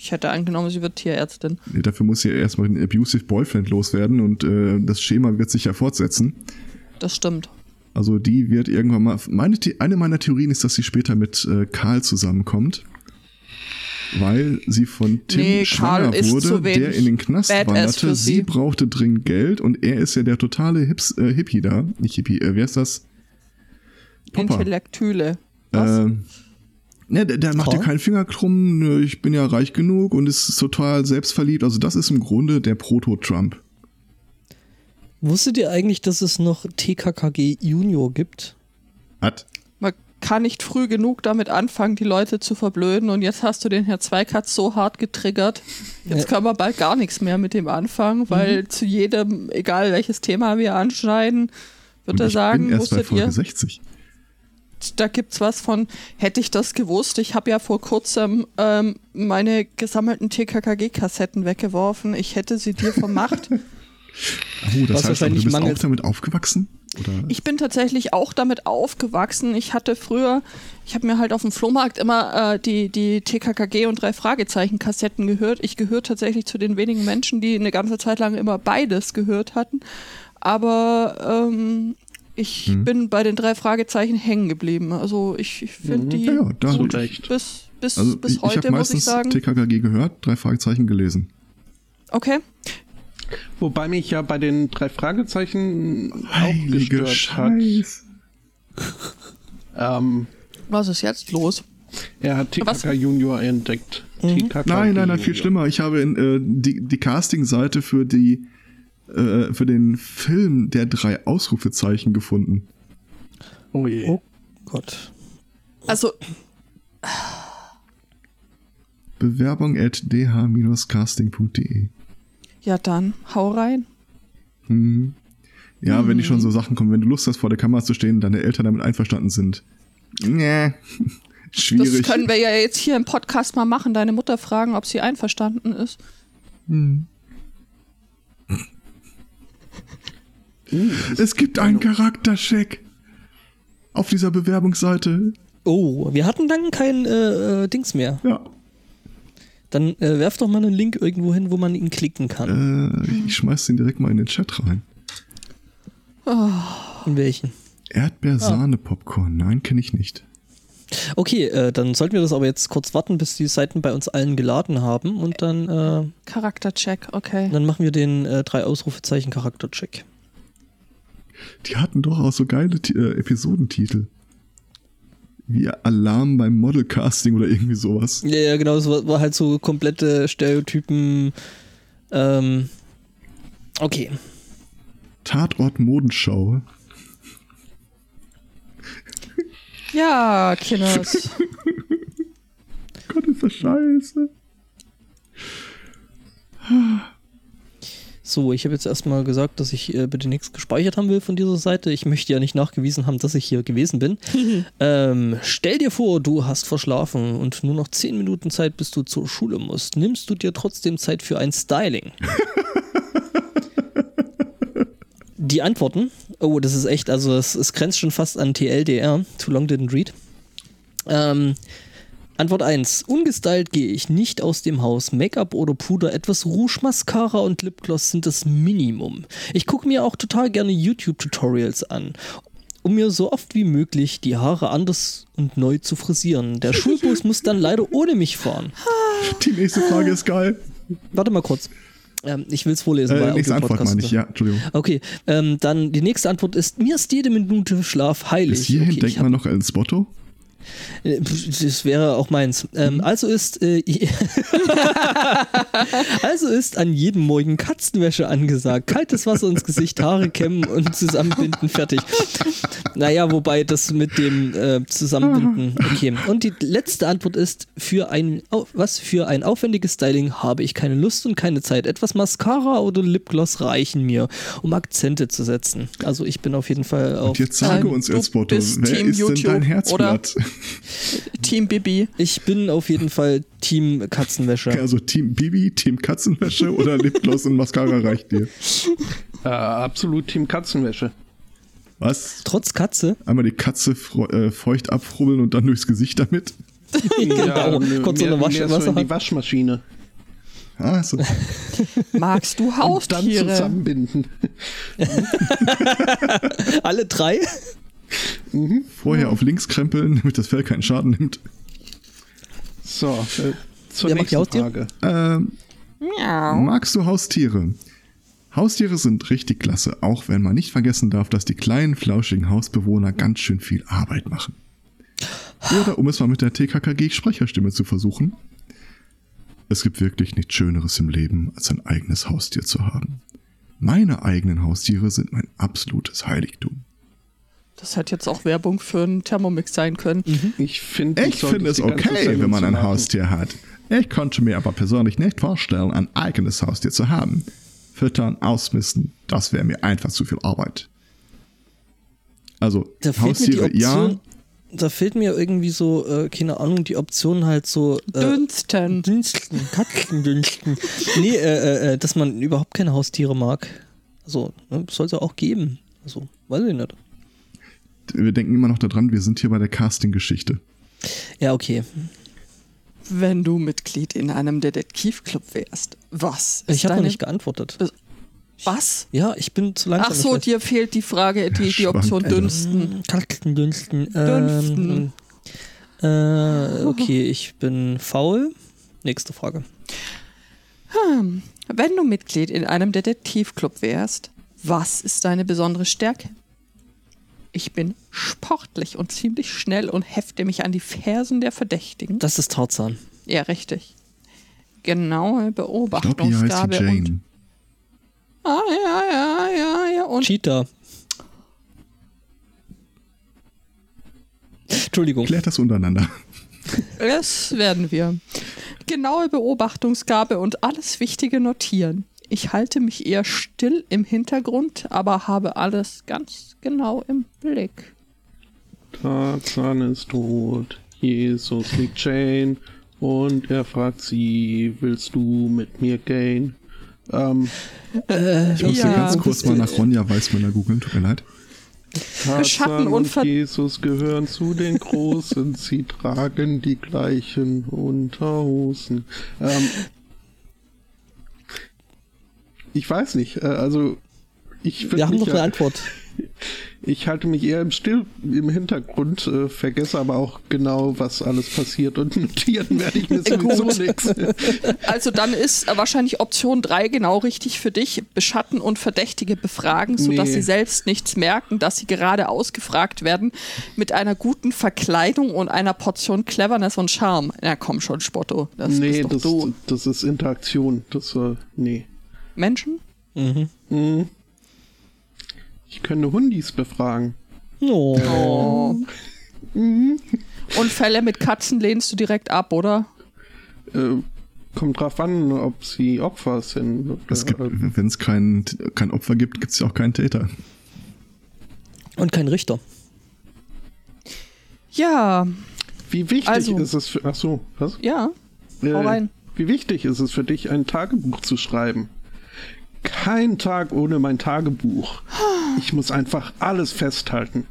Ich hätte angenommen, sie wird Tierärztin.
Nee, dafür muss sie ja erstmal den Abusive Boyfriend loswerden und äh, das Schema wird sich ja fortsetzen.
Das stimmt.
Also die wird irgendwann mal. Meine, The- eine meiner Theorien ist, dass sie später mit äh, Karl zusammenkommt. Weil sie von Tim
Nee,
schwanger
Karl ist zu
wurde,
wenig
der in den Knast
Badass
wanderte.
für
Sie.
sie.
brauchte dringend Geld und er ist ja der totale Hips, äh, Hippie da. Nicht Hippie, äh, wer ist das? Popper.
Intellektuile. Was?
Ähm, ne, der, der macht ja
Karl?
keinen Finger krumm. ne, Ich bin ja reich genug und ist total selbstverliebt. Also das ist im Grunde der Proto-Trump.
Wusstet ihr eigentlich, dass es noch TKKG Junior gibt?
Hat.
Man kann nicht früh genug damit anfangen, die Leute zu verblöden. Und jetzt hast du den Herr Zweikatz so hart getriggert. Jetzt
Ja.
kann man bald gar nichts mehr mit dem anfangen, weil
Mhm.
zu jedem, egal welches Thema wir anschneiden, wird
Und
er
ich
sagen,
bin erst bei
wusstet
Folge
ihr,
60.
da gibt's was von, hätte ich das gewusst, ich habe ja vor kurzem ähm, meine gesammelten TKKG-Kassetten weggeworfen, ich hätte sie dir vermacht.
Oh, das
Was
heißt, aber du
wahrscheinlich
bist auch
mangels-
damit aufgewachsen? Oder?
Ich bin tatsächlich auch damit aufgewachsen. Ich hatte früher, ich habe mir halt auf dem Flohmarkt immer äh, die, die TKKG und drei Fragezeichen-Kassetten gehört. Ich gehöre tatsächlich zu den wenigen Menschen, die eine ganze Zeit lang immer beides gehört hatten. Aber ähm, ich
Hm.
bin bei den drei Fragezeichen hängen geblieben. Also ich, ich finde die
Mhm. Ja, ja, da
Zu
gut.
Recht.
bis, bis,
Also
bis
ich, ich
heute,
habe
muss ich
meistens
sagen.
TKKG gehört, drei Fragezeichen gelesen.
Okay.
Wobei mich ja bei den drei Fragezeichen auch gestört hat. Ähm,
Was ist jetzt los?
Er hat TKK
Was?
Junior entdeckt.
Mhm.
TKK
Nein, nein, nein, viel
Junior.
schlimmer. Ich habe in, äh, die, die Casting-Seite für die äh, für den Film der drei Ausrufezeichen gefunden.
Oh je.
Oh Gott.
Also
Bewerbung at dh-casting.de.
Ja, dann hau rein.
Mhm. Ja, wenn die schon
Mhm.
so Sachen kommen, wenn du Lust hast, vor der Kamera zu stehen, deine Eltern damit einverstanden sind. Nee. Schwierig.
Das können wir ja jetzt hier im Podcast mal machen. Deine Mutter fragen, ob sie einverstanden ist.
es gibt einen Charaktercheck auf dieser Bewerbungsseite.
Oh, wir hatten dann kein äh, äh, Dings mehr.
Ja.
Dann äh, werf doch mal einen Link irgendwo hin, wo man ihn klicken kann.
Äh, ich- ich schmeiß den direkt mal in den Chat rein.
In welchen?
Erdbeer-Sahne-Popcorn. Nein, kenne ich nicht.
Okay, äh, dann sollten wir das aber jetzt kurz warten, bis die Seiten bei uns allen geladen haben und dann, äh,
Charaktercheck, okay.
dann machen wir den äh, drei Ausrufezeichen Charaktercheck.
Die hatten doch auch so geile Ti- äh, Episodentitel. Wie Alarm beim Modelcasting oder irgendwie sowas.
Ja, ja, genau, das war, war halt so komplette Stereotypen. Ähm, okay.
Tatort Modenschau.
Ja, Kinders.
Gott, ist das scheiße.
So, ich habe jetzt erstmal gesagt, dass ich äh, bitte nichts gespeichert haben will von dieser Seite. Ich möchte ja nicht nachgewiesen haben, dass ich hier gewesen bin. ähm, stell dir vor, du hast verschlafen und nur noch 10 Minuten Zeit, bis du zur Schule musst. Nimmst du dir trotzdem Zeit für ein Styling? Die Antworten, oh, das ist echt, also es, es grenzt schon fast an TLDR, Too Long Didn't Read. Ähm, Antwort 1. Ungestylt gehe ich nicht aus dem Haus. Make-up oder Puder, etwas Rouge, Mascara und Lipgloss sind das Minimum. Ich gucke mir auch total gerne YouTube-Tutorials an, um mir so oft wie möglich die Haare anders und neu zu frisieren. Der Schulbus muss dann leider ohne mich fahren.
Die nächste Frage ist geil.
Warte mal kurz. Ähm, ich will es vorlesen.
Äh,
weil
nächste Antwort
Audio-Podcast-
meine ich. Ja, Entschuldigung.
ne? Okay, ähm, dann die nächste Antwort ist, mir ist jede Minute Schlaf heilig.
Bis hierhin
okay, ich
denkt man noch ans Motto.
Äh, pf, Das wäre auch meins.
Mhm.
Ähm, also ist äh, i- also ist an jedem Morgen Katzenwäsche angesagt. Kaltes Wasser ins Gesicht, Haare kämmen und zusammenbinden, fertig. Naja, wobei das mit dem äh, Zusammenbinden.
Mhm.
Okay. Und die letzte Antwort ist: Für ein au- was für ein aufwendiges Styling habe ich keine Lust und keine Zeit. Etwas Mascara oder Lipgloss reichen mir, um Akzente zu setzen. Also ich bin auf jeden Fall auf.
Und jetzt sage
Ähm,
uns
du
ins Motto.
bist
Wer
Team
ist denn
YouTube,
dein Herzblatt?
Team Bibi.
Ich bin auf jeden Fall Team Katzenwäsche.
Also Team Bibi, Team Katzenwäsche oder Lipgloss und Mascara reicht dir.
Äh, absolut Team Katzenwäsche.
Was?
Trotz Katze?
Einmal die Katze fro- äh, feucht abfrubbeln und dann durchs Gesicht damit?
genau.
nö,
Kommt so
mehr-
eine Wasch
mehr so
Wasser
in die Waschmaschine.
Ah, so.
Magst du
Und dann
Haustiere?
zusammenbinden.
Alle drei?
Vorher auf links krempeln, damit das Fell keinen Schaden nimmt.
So, äh, zur
Wer macht die
nächsten
Haustiere?
Frage.
Ähm,
Miau.
magst du Haustiere? Haustiere sind richtig klasse, auch wenn man nicht vergessen darf, dass die kleinen, flauschigen Hausbewohner ganz schön viel Arbeit machen. Oder um es mal mit der TKKG-Sprecherstimme zu versuchen. Es gibt wirklich nichts Schöneres im Leben, als ein eigenes Haustier zu haben. Meine eigenen Haustiere sind mein absolutes Heiligtum.
Das hätte jetzt auch Werbung für einen Thermomix sein können.
Mhm.
Ich finde,
Hm? Ich finde es okay, wenn man ein Haustier hat. Ich konnte mir aber persönlich nicht vorstellen, ein eigenes Haustier zu haben. Füttern, ausmisten, das wäre mir einfach zu viel Arbeit. Also,
Da fehlt mir
Haustiere,
die
ja.
Option. Da fehlt mir irgendwie so, äh, keine Ahnung, die Option halt so. Äh,
Dünsten.
Dünsten, Katzendünsten. nee, äh, äh, äh, dass man überhaupt keine Haustiere mag. Also, ne, soll es ja auch geben. Also, weiß ich nicht.
Wir denken immer noch daran, wir sind hier bei der Casting-Geschichte.
Ja, okay.
Wenn du Mitglied in einem Detektivclub wärst, was? ist
Ich habe noch
deine-
nicht geantwortet.
Was?
Ja, ich bin zu langsam.
Ach so,
ich weiß-
dir fehlt die Frage, die, die
Schwank,
Option
Äh,
Alter.
Dünsten.
Katzendünsten. Ähm,
Dünsten.
äh, okay, ich bin faul. Nächste Frage.
Hm. Wenn du Mitglied in einem Detektivclub wärst, was ist deine besondere Stärke? Ich bin sportlich und ziemlich schnell und hefte mich an die Fersen der Verdächtigen.
Das ist Tarzan.
Ja, richtig. Genaue
Ich glaube, hier heißt
Beobachtungsgabe
sie
und.
Jane.
Ah, ja, ja, ja, ja. Und
Cheetah. Entschuldigung.
Klärt das untereinander.
das werden wir. genaue Beobachtungsgabe und alles Wichtige notieren. Ich halte mich eher still im Hintergrund, aber habe alles ganz genau im Blick.
Tarzan ist tot. Jesus liegt Jane. Und er fragt sie, willst du mit mir gehen? Ähm,
Ich musste
Ja.
ganz kurz mal nach Ronja Weißmänner googeln, tut mir leid.
Tarzan
Schatten und
und
Ver-
Jesus gehören zu den Großen. Sie tragen die gleichen Unterhosen. Ähm, ich weiß nicht. äh, Also ich
Wir
finde
haben
mich
doch eine
ja,
Antwort.
ich halte mich eher im Still im Hintergrund, äh, vergesse aber auch genau, was alles passiert und notieren werde ich mir sowieso nichts.
Also dann ist wahrscheinlich Option 3 genau richtig für dich. Beschatten und Verdächtige befragen, sodass
Nee.
sie selbst nichts merken, dass sie gerade ausgefragt werden, mit einer guten Verkleidung und einer Portion Cleverness und Charme. Na komm schon, Spotto. Das
Nee,
bist doch
das,
du.
das ist Interaktion. Das äh, nee.
Menschen?
Mhm.
Mhm. Ich könnte Hundis befragen.
No.
Oh. Und Fälle mit Katzen lehnst du direkt ab, oder?
Äh, kommt drauf an, ob sie Opfer sind.
Es gibt,
Äh,
wenn es kein, kein Opfer gibt, gibt es ja auch keinen Täter.
Und kein Richter.
Ja,
wie wichtig
also-
ist es für. Ach so, was?
ja.
Äh,
hau rein.
Wie wichtig ist es für dich, ein Tagebuch zu schreiben? Kein Tag ohne mein Tagebuch. Ich muss einfach alles festhalten.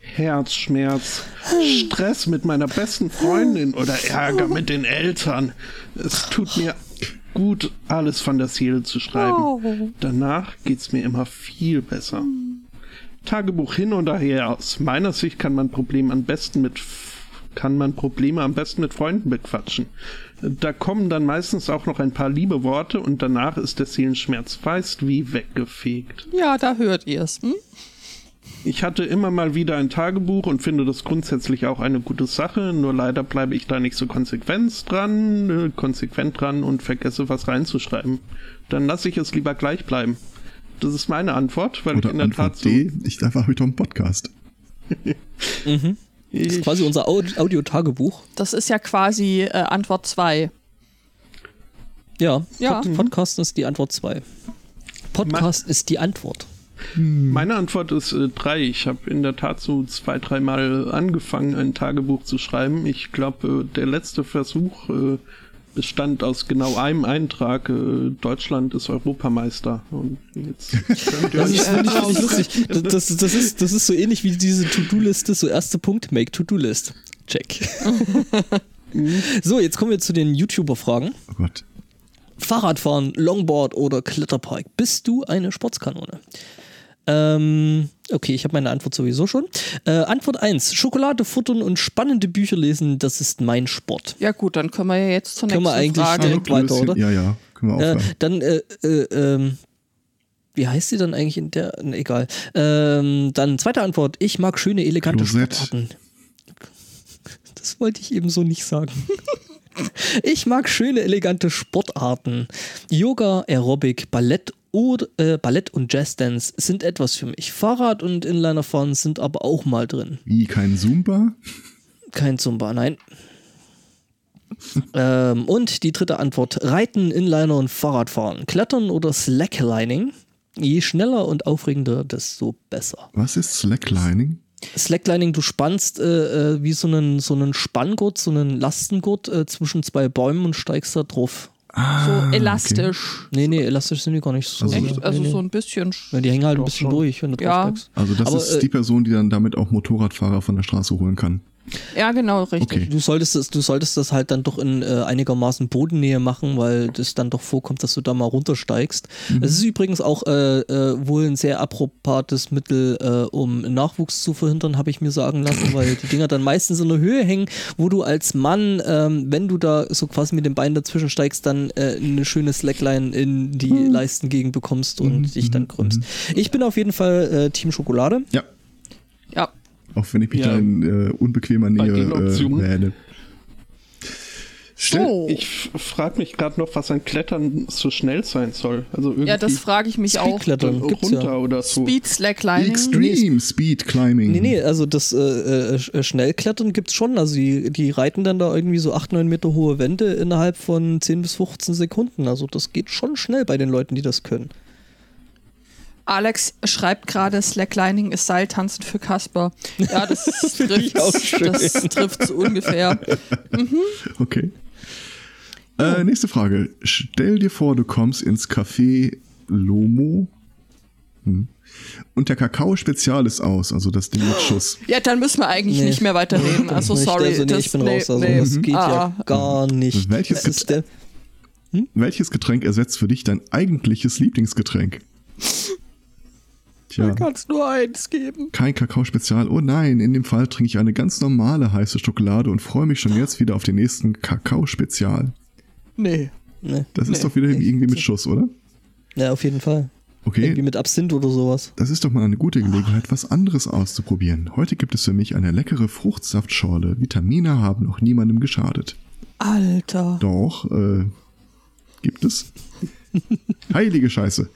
Herzschmerz, Stress mit meiner besten Freundin oder Ärger mit den Eltern. Es tut mir gut, alles von der Seele zu
Oh.
schreiben. Danach geht's mir immer viel besser. Tagebuch hin oder her. Aus meiner Sicht kann man Probleme am besten mit kann man Probleme am besten mit Freunden bequatschen. Da kommen dann meistens auch noch ein paar liebe Worte und danach ist der Seelenschmerz fast wie weggefegt.
Ja, da hört ihr es. Hm?
Ich hatte immer mal wieder ein Tagebuch und finde das grundsätzlich auch eine gute Sache, nur leider bleibe ich da nicht so konsequent dran, äh, konsequent dran und vergesse was reinzuschreiben. Dann lasse ich es lieber gleich bleiben. Das ist meine Antwort, weil ich
Oder
in der Tat
Antwort
so
D, ich darf auch wieder einen Podcast.
Das ist quasi unser Au- Audio-Tagebuch.
Das ist ja quasi äh, Antwort 2.
Ja,
Ja.
Pod Podcast ist die Antwort 2. Podcast ist die Antwort.
Meine Antwort ist äh, drei. Ich habe in der Tat so zwei, dreimal angefangen, ein Tagebuch zu schreiben. Ich glaube, äh, der letzte Versuch äh, bestand aus genau einem Eintrag. Äh, Deutschland ist Europameister. Und jetzt könnt ihr
Das ist
euch
finde ich, finde ich lustig. Das, das, das, ist, das ist so ähnlich wie diese To-Do-Liste, so erster Punkt, make To-Do-List. Check. so, jetzt kommen wir zu den YouTuber-Fragen.
Oh Gott.
Fahrradfahren, Longboard oder Kletterpark. Bist du eine Sportskanone? Ähm, okay, ich habe meine Antwort sowieso schon. Äh, Antwort 1. Schokolade futtern und spannende Bücher lesen, das ist mein Sport.
Ja gut, dann können wir ja jetzt zur
Können wir
nächsten
eigentlich-
Frage.
Direkt weiter, oder?
Ja, ja, können wir
Äh,
aufhören.
dann, äh, äh, ähm, wie heißt sie dann eigentlich in der? Ne, egal. Ähm, dann zweite Antwort. Ich mag schöne, elegante
Klosett.
Sportarten. Das wollte ich eben so nicht sagen. ich mag schöne, elegante Sportarten. Yoga, Aerobic, Ballett oder äh, Ballett und Jazzdance sind etwas für mich. Fahrrad und Inlinerfahren sind aber auch mal drin.
Wie kein Zumba?
Kein Zumba, nein. ähm, und die dritte Antwort: Reiten, Inliner und Fahrradfahren. Klettern oder Slacklining? Je schneller und aufregender, desto besser.
Was ist Slacklining?
Slacklining, du spannst äh, äh, wie so einen, so einen Spanngurt, so einen Lastengurt äh, zwischen zwei Bäumen und steigst da drauf.
So
Ah,
elastisch.
Nee, nee, elastisch sind die gar nicht so.
Also-
nee,
Echt? Also
nee.
so ein bisschen.
ja, die hängen halt ein bisschen durch, wenn du
Ja.
drauf steigst.
Also das
Aber, äh,
ist die Person, die dann damit auch Motorradfahrer von der Straße holen kann.
Ja, genau, richtig.
Okay.
Du solltest, das, du solltest das halt dann doch in äh, einigermaßen Bodennähe machen, weil das dann doch vorkommt, dass du da mal runtersteigst. Es ist übrigens auch äh, äh, wohl ein sehr approbates Mittel, äh, um Nachwuchs zu verhindern, habe ich mir sagen lassen, weil die Dinger dann meistens in der Höhe hängen, wo du als Mann, ähm, wenn du da so quasi mit den Beinen dazwischen steigst, dann äh, eine schöne Slackline in die Leistengegend bekommst und dich dann krümmst. Ich bin auf jeden Fall äh, Team Schokolade.
Ja,
Ja.
auch wenn ich mich
Ja.
da in äh, unbequemer
Bei
Nähe
den
äh,
Optionen.
wähle.
So.
Ich frage mich gerade noch, was ein Klettern so schnell sein soll. Also irgendwie
ja, das frage ich mich auch.
Speedklettern gibt's
runter
ja.
oder so.
Speed Slacklining.
Extreme Speed Climbing.
Nee, nee, also das äh, äh, äh, Schnellklettern gibt's schon. Also die, die reiten dann da irgendwie so 8, 9 Meter hohe Wände innerhalb von 10 bis 15 Sekunden. Also das geht schon schnell bei den Leuten, die das können.
Alex schreibt gerade, Slacklining ist Seiltanzen für Kasper. Ja, das trifft
auch schön.
das trifft's ungefähr.
Okay.
Oh.
Äh, nächste Frage. Stell dir vor, du kommst ins Café Lomo. Hm. Und der Kakao spezial ist aus, also das Ding mit Schuss.
Ja, dann müssen wir eigentlich
Nee.
nicht mehr weiterreden. Also
Nicht,
sorry,
Also, nee,
das,
ich bin
nee,
raus. Also
nee.
das geht
Ah,
ja gar nicht.
Welches
das ist der,
Welches Getränk ersetzt für dich dein eigentliches Lieblingsgetränk? Tja,
Da kann's nur eins geben.
kein Kakao spezial. Oh nein, in dem Fall trinke ich eine ganz normale heiße Schokolade und freue mich schon jetzt wieder auf den nächsten Kakao spezial.
Nee.
nee.
Das ist doch wieder irgendwie mit Schuss, oder?
Ja, auf jeden Fall.
Okay,
Irgendwie mit Absinth oder sowas.
Das ist doch mal eine gute Gelegenheit, was anderes auszuprobieren. Heute gibt es für mich eine leckere Fruchtsaftschorle. Vitamine haben noch niemandem geschadet.
Alter.
Doch, äh, gibt es? Heilige Scheiße.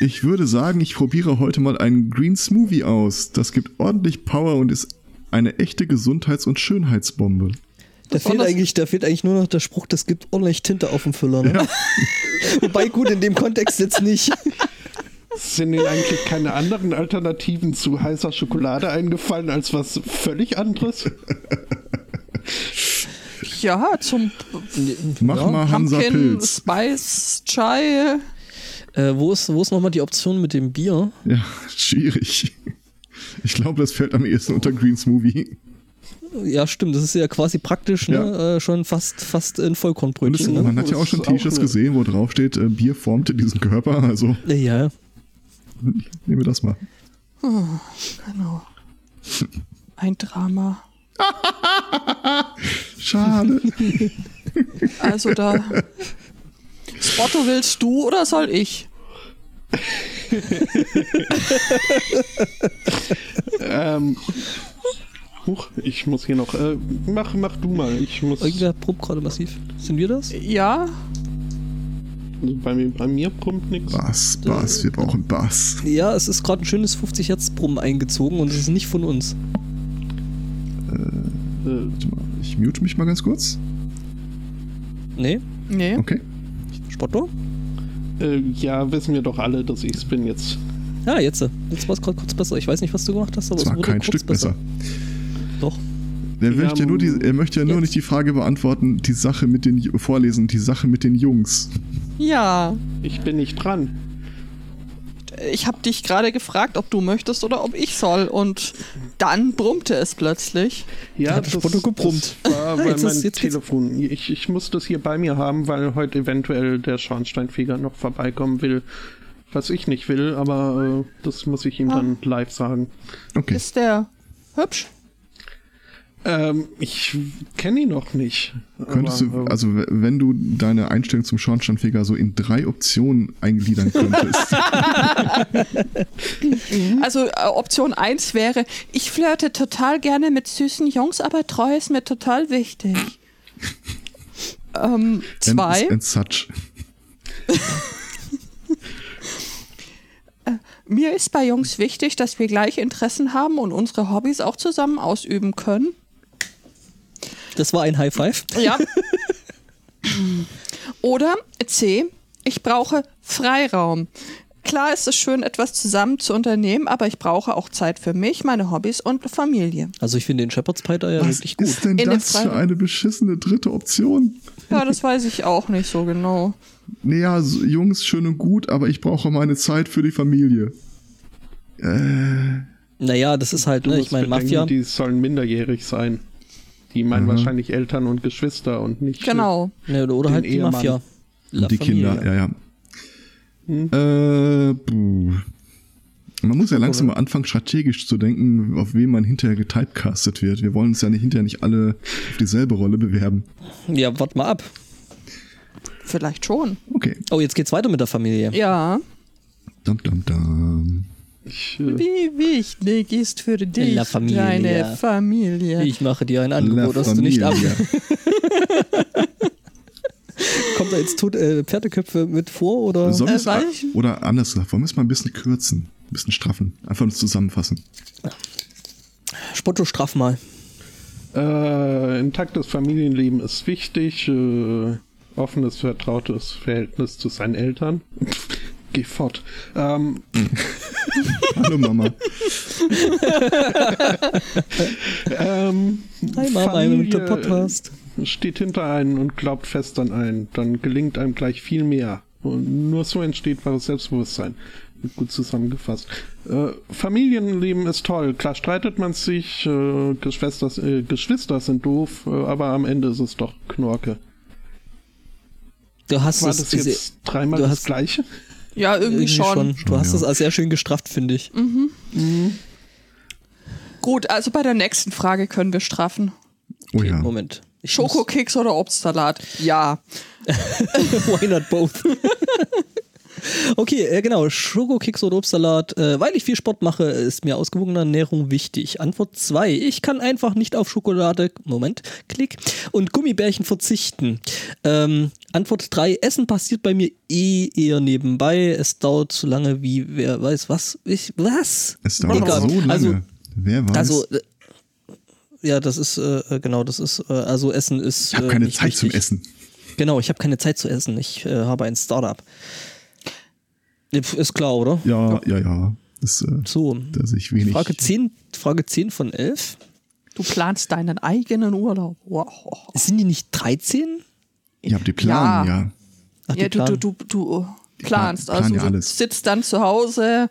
Ich würde sagen, ich probiere heute mal einen Green Smoothie aus. Das gibt ordentlich Power und ist eine echte Gesundheits- und Schönheitsbombe.
Da fehlt,
das-
eigentlich, da fehlt eigentlich nur noch der Spruch, das gibt ordentlich Tinte auf dem Füller. Ne? Wobei gut, in dem Kontext jetzt nicht.
Sind Ihnen eigentlich keine anderen Alternativen zu heißer Schokolade eingefallen als was völlig anderes?
Ja, zum
Mach mal Hansa
Pumpkin,
Pilz.
Spice, Chai.
Äh, wo ist, wo ist nochmal die Option mit dem Bier?
Ja, schwierig. Ich glaube, das fällt am ehesten unter Green Smoothie.
Ja, stimmt, das ist ja quasi praktisch, ne? Äh, schon fast, fast ein
Und es,
Vollkornbrötchen. Ne?
man hat ja
Das
auch schon
ist auch
T-Shirts
eine-
gesehen, wo drauf steht, äh, Bier formte diesen Körper. Also
Ja, Äh, Ja,
ich nehme das mal.
Genau. Ein Drama.
Schade.
Also da. Spotto, willst du oder soll ich?
ähm, huch, ich muss hier noch. Äh, mach, mach du mal. Ich muss.
irgendwer probt gerade massiv. Sind wir das?
Ja.
Bei mir, bei mir brummt nichts.
Bass, Bass, wir brauchen Bass.
Ja, es ist gerade ein schönes 50 Hertz Brummen eingezogen und es ist nicht von uns.
Äh,
Warte mal, Ich mute mich mal ganz kurz.
Nee?
Nee.
Okay.
Spotto?
äh, ja, wissen wir doch alle, dass ich's bin jetzt.
Ja, jetzt. äh, Jetzt war es gerade kurz besser. Ich weiß nicht, was du gemacht hast, aber
Das
Oh, es
war
wurde
kein
kurz
Stück besser.
Doch.
Er möchte ja nur, die, er möchte ja nur
Jetzt.
nicht die Frage beantworten, die Sache mit den Ju- vorlesen, die Sache mit den Jungs.
Ja.
Ich bin nicht dran.
Ich habe dich gerade gefragt, ob du möchtest oder ob ich soll. Und dann brummte es plötzlich.
Ja,
Hat das Foto gebrummt.
Das war bei
Jetzt ist-
meinem
jetzt geht's-
Telefon. Ich, ich muss das hier bei mir haben, weil heute eventuell der Schornsteinfeger noch vorbeikommen will. Was ich nicht will, aber äh, das muss ich ihm dann live sagen.
Okay.
Ist der hübsch?
Ähm, ich kenne ihn noch nicht.
Könntest
aber,
du,
äh,
also w- wenn du deine Einstellung zum Schornsteinfeger so in drei Optionen eingliedern könntest.
Also äh, Option 1 wäre, ich flirte total gerne mit süßen Jungs, aber treu ist mir total wichtig. ähm,
And-
zwei,
And such.
mir ist bei Jungs wichtig, dass wir gleiche Interessen haben und unsere Hobbys auch zusammen ausüben können.
Das war ein High Five.
Ja. Oder C, ich brauche Freiraum. Klar ist es schön, etwas zusammen zu unternehmen, aber ich brauche auch Zeit für mich, meine Hobbys und Familie.
Also ich finde den Shepherd's Pie da ja
Was
wirklich gut.
ist denn
In der
das
Frage-
für eine beschissene dritte Option?
Ja, das weiß ich auch nicht so genau.
Naja, so- Jungs, schön und gut, aber ich brauche meine Zeit für die Familie.
Naja, das ist halt,
du
ne?
musst
Ich meine,
bedenken,
Mafia.
Die sollen minderjährig sein. Die meinen
Mhm.
wahrscheinlich Eltern und Geschwister und nicht. äh,
Genau.
Ne, oder oder
den
halt die
Ehemann.
Mafia. La
Und die
Familia.
Kinder, ja, ja. Äh, puh. man muss ja langsam mal anfangen, strategisch zu denken, auf wen man hinterher getypecastet wird. Wir wollen uns ja nicht hinterher nicht alle auf dieselbe Rolle bewerben.
Ja, warte mal ab.
Vielleicht schon.
Okay.
Oh, jetzt geht's weiter mit der Familie.
Ja.
Dum, dum, dum.
Ich, äh,
Wie wichtig ist für dich
La Familia.
deine Familie?
Ich mache dir ein
La
Angebot, das du nicht ab.
Familia.
kommen da jetzt Tot äh, Pferdeköpfe mit vor oder?
Sollen
Äh,
wir's a-
weil ich-
oder anders gesagt, wollen wir es mal ein bisschen kürzen, ein bisschen straffen, einfach uns zusammenfassen.
Spotto straff mal.
Äh, intaktes Familienleben ist wichtig. Äh, offenes, vertrautes Verhältnis zu seinen Eltern. Geh fort. Ähm,
Hallo Mama.
ähm,
Hi Mama,
Familie,
mit dem Podcast.
steht hinter einem und glaubt fest an einen, dann gelingt einem gleich viel mehr. Und nur so entsteht wahres Selbstbewusstsein. Gut zusammengefasst. Äh, Familienleben ist toll. Klar streitet man sich, äh, Geschwister, äh, Geschwister sind doof, äh, aber am Ende ist es doch Knorke.
Du hast
War
es
das jetzt dreimal
du
das
hast-
gleiche?
Ja, irgendwie,
irgendwie
schon.
schon. Du hast
ja.
es auch sehr schön gestrafft, finde ich.
Gut, also bei der nächsten Frage können wir straffen.
Oh ja.
Moment. Ich
Schokokeks oder Obstsalat? Ja.
Why not both? okay, äh, genau. Schokokeks oder Obstsalat. Äh, weil ich viel Sport mache, ist mir ausgewogene Ernährung wichtig. Antwort 2. Ich kann einfach nicht auf Schokolade, Moment, Klick, und Gummibärchen verzichten. Ähm, Antwort 3. Essen passiert bei mir eh eher nebenbei. Es dauert so lange wie wer weiß was. Ich, was?
Es dauert
Egal.
so lange.
Also,
Wer weiß?
also äh, ja, das ist, äh, genau, das ist, äh, also Essen ist.
ich habe
äh,
keine
nicht
Zeit zum
wichtig.
Essen.
Genau, ich habe keine Zeit zu essen. Ich äh, habe ein Startup. Pf, Ist klar, oder?
Ja, ja, ja. Das, äh,
So.
dass ich wenig.
Frage 10, Frage 10 von 11.
Du planst deinen eigenen Urlaub. Wow.
Sind die nicht 13?
Ihr habt die Plan, ja.
Ach, die
ja, du, du,
planen.
du, du oh, planst.
plan-
Also
plan ja
du
alles.
sitzt dann zu Hause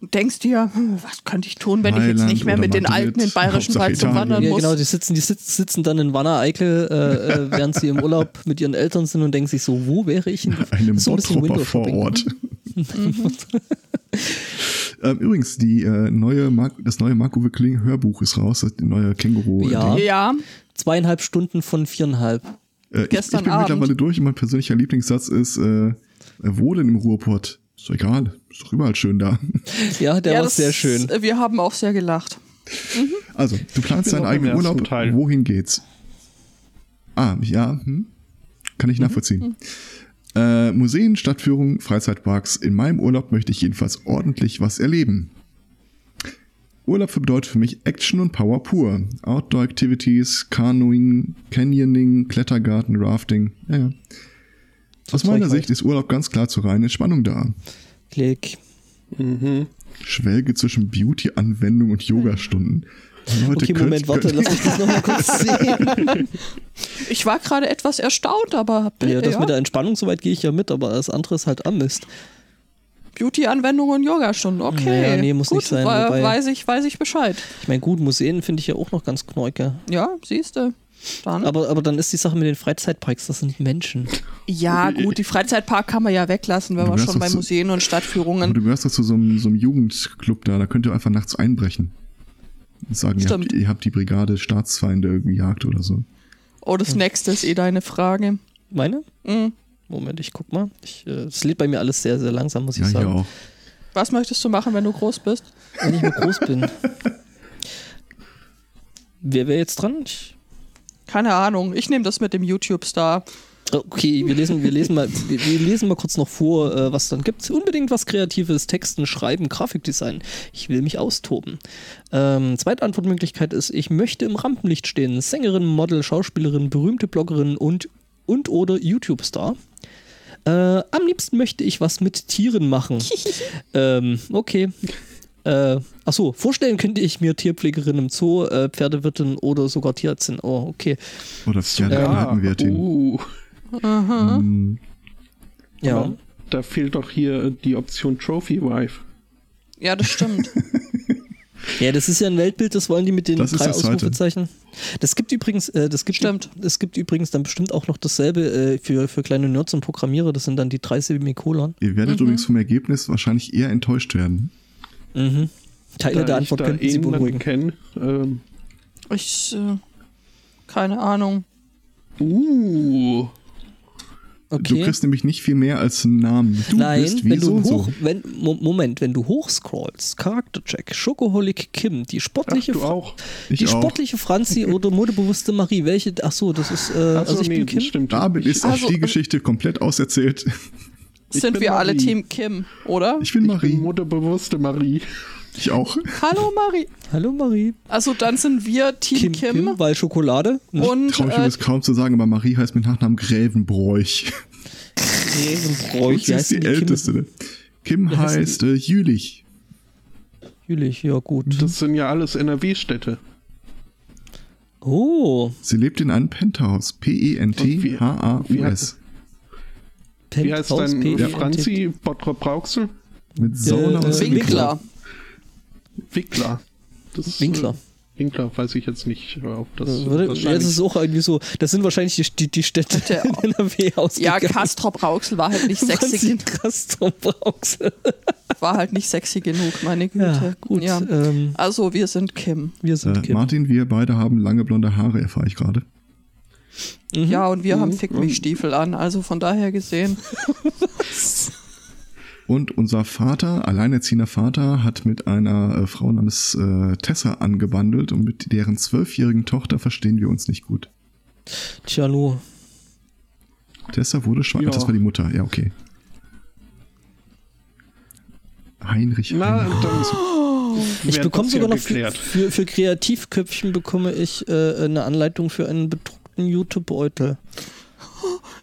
und denkst dir, hm, was könnte ich tun, wenn ich jetzt
Mailand
nicht mehr
oder
mit den
Madrid,
alten in Bayerischen
Hauptsache
Wald zum
Italien.
Wandern
ja,
muss.
genau, die sitzen, die sitzen, sitzen dann in Wanne-Eickel, äh, äh, während sie im Urlaub mit ihren Eltern sind und denken sich so, wo wäre ich in
Einem
so
Bottropper vor
Windows-Shopping.
Ort. ähm, übrigens, die, äh, neue Mark das neue Marco Wickling Hörbuch ist raus, das neue Känguru.
Ja.
ja,
Zweieinhalb Stunden von viereinhalb.
Äh, ich,
Gestern
ich bin
Abend.
mittlerweile durch und mein persönlicher Lieblingssatz ist, äh, äh, wo denn im Ruhrpott? Ist doch egal, ist doch überall schön da.
Ja, der
ja,
war
das- äh,
sehr schön.
Wir haben auch sehr gelacht.
Also, du planst
Ich
deinen
bin noch im
eigenen
ersten
Urlaub.
Teil.
Wohin geht's? Ah, ja, hm? kann
Mhm.
ich nachvollziehen. Äh, Museen, Stadtführungen, Freizeitparks. In meinem Urlaub möchte ich jedenfalls ordentlich was erleben. Urlaub bedeutet für mich Action und Power pur. Outdoor Activities, Canoeing, Canyoning, Klettergarten, Rafting. Ja, ja. Aus
Zeug
meiner
halt.
Sicht ist Urlaub ganz klar zur reinen Entspannung da.
Klick.
Schwelge zwischen Beauty-Anwendung und Yogastunden. Leute,
Okay, Moment,
könnt-
warte,
könnt-
lass mich das nochmal kurz sehen.
Ich war gerade etwas erstaunt, aber
Ja, das
ja,
mit der Entspannung, soweit gehe ich ja mit, aber das andere ist halt am Mist.
Beauty-Anwendung und Yoga-Stunden. Okay.
Naja, nee, muss
Gut,
nicht sein,
wei-
wobei-
weiß, ich, weiß ich Bescheid.
Ich meine, gut, Museen finde ich ja auch noch ganz knorke.
Ja, siehst du. Dann.
Aber, aber dann ist die Sache mit den Freizeitparks, das sind Menschen.
ja, gut, die Freizeitpark kann man ja weglassen, wenn
Du
wir
wärst
schon bei
doch so-
Museen und
Aber
Stadtführungen.
du gehörst doch zu so einem, so einem Jugendclub da, da könnt ihr einfach nachts einbrechen. Und sagen, ihr habt,
Stimmt.
ihr habt die Brigade Staatsfeinde gejagt oder so.
Oh, das nächste ist eh deine Frage.
Meine?
Mhm.
Moment, ich guck mal. Ich, äh, Es lädt bei mir alles sehr, sehr langsam, muss ich
Ja, hier
sagen.
auch.
Was möchtest du machen, wenn du groß bist?
Wenn ich mal groß bin. Wer wäre jetzt dran? Ich,
Keine Ahnung. Ich nehme das mit dem YouTube-Star.
Oh, okay, wir lesen, wir, lesen mal, wir, wir lesen mal kurz noch vor, äh, was dann gibt. Unbedingt was Kreatives, Texten, Schreiben, Grafikdesign. Ich will mich austoben. Ähm, zweite Antwortmöglichkeit ist, ich möchte im Rampenlicht stehen. Sängerin, Model, Schauspielerin, berühmte Bloggerin und, und oder YouTube-Star. Äh, am liebsten möchte ich was mit Tieren machen. ähm, okay. Äh, achso, vorstellen könnte ich mir Tierpflegerin im Zoo, äh, Pferdewirtin oder sogar Tierärztin. Oh, okay.
Oder ja, dann hatten wir den.
Ah, uh,
Mm,
Ja.
aber Da fehlt doch hier äh, die Option Trophy Wife.
Ja, das stimmt.
Ja, das ist ja ein Weltbild, das wollen die mit den
Das ist
drei
das zweite.
Ausrufezeichen. Das gibt übrigens, äh, das gibt,
Stimmt.
es gibt übrigens dann bestimmt auch noch dasselbe äh, für, für kleine Nerds und Programmierer, das sind dann die drei Semikolon.
Ihr werdet übrigens vom Ergebnis wahrscheinlich eher enttäuscht werden.
Mhm. Teile der
ich
Antwort
da
könnten sie
eben
beunruhigen.
kennen. Ähm,
Ich. Äh, keine Ahnung.
uh,
Okay.
Du kriegst nämlich nicht viel mehr als einen Namen. Du
Nein,
bist wie
wenn
so
du
und
hoch,
so.
wenn, Mo- Moment, wenn du hochscrollst, Charaktercheck, Schokoholic Kim, die sportliche,
Ach, du
Fra-
auch.
Ich
die
auch.
sportliche Franzi oder modebewusste Marie, welche? Ach so, das ist, äh,
Ach
also
so,
ich bin Kim.
das stimmt.
Damit ist
Also,
auch die
äh,
Geschichte komplett auserzählt.
Sind
bin
wir alle
Marie.
Team Kim, oder?
Ich bin
ich
Marie.
bin mutterbewusste Marie.
ich auch.
Hallo Marie.
Hallo Marie.
Also dann sind wir Team Kim,
weil Schokolade. Ne?
und
Traue ich mir
äh,
das kaum zu sagen, aber Marie heißt mit Nachnamen Grävenbräuch.
Bräuch,
Sie ist die, älteste. ne? Kim
Wie heißen
heißt äh, Jülich.
Natürlich, ja gut.
Das sind ja alles NRW-Städte.
Oh,
Sie lebt in einem Penthouse. E
Und wie- wie heißt-
P-E-N-T-H-A-U-S.
Wie heißt
Penthouse,
dein
P-
Franzi Bottrop Brauxel?
Mit Sauna
äh,
und Swimming.
Winkler.
Winkler. Das ist,
Winkler.
äh, Winkler, weiß ich jetzt nicht, äh, ob das
Äh, Warte,
wahrscheinlich-
jetzt ist es auch irgendwie so, das sind wahrscheinlich die, die, die Städte
Hätte
in NRW
Ja,
ausgegangen.
Castrop Rauxel war halt nicht sexy,
Krass,
war halt nicht sexy genug, meine Güte.
Ja, gut.
Ja.
Ähm,
Also wir sind Kim.
wir sind
Äh,
Kim.
Martin, wir beide haben lange blonde Haare, erfahre ich gerade.
Ja, und wir haben Fick mich Stiefel an, also von daher gesehen.
Und unser Vater, alleinerziehender Vater, hat mit einer äh, Frau namens äh, Tessa angebandelt und mit deren zwölfjährigen Tochter verstehen wir uns nicht gut.
Tja, nur.
Tessa wurde schwanger.
Ja.
Das war die Mutter, ja, okay. Heinrich.
Na,
Heinrich.
dann
Ich
wird
bekomme
das
sogar
ja
noch für,
geklärt.
für, für Kreativköpfchen bekomme ich äh, eine Anleitung für einen bedruckten YouTube-Beutel.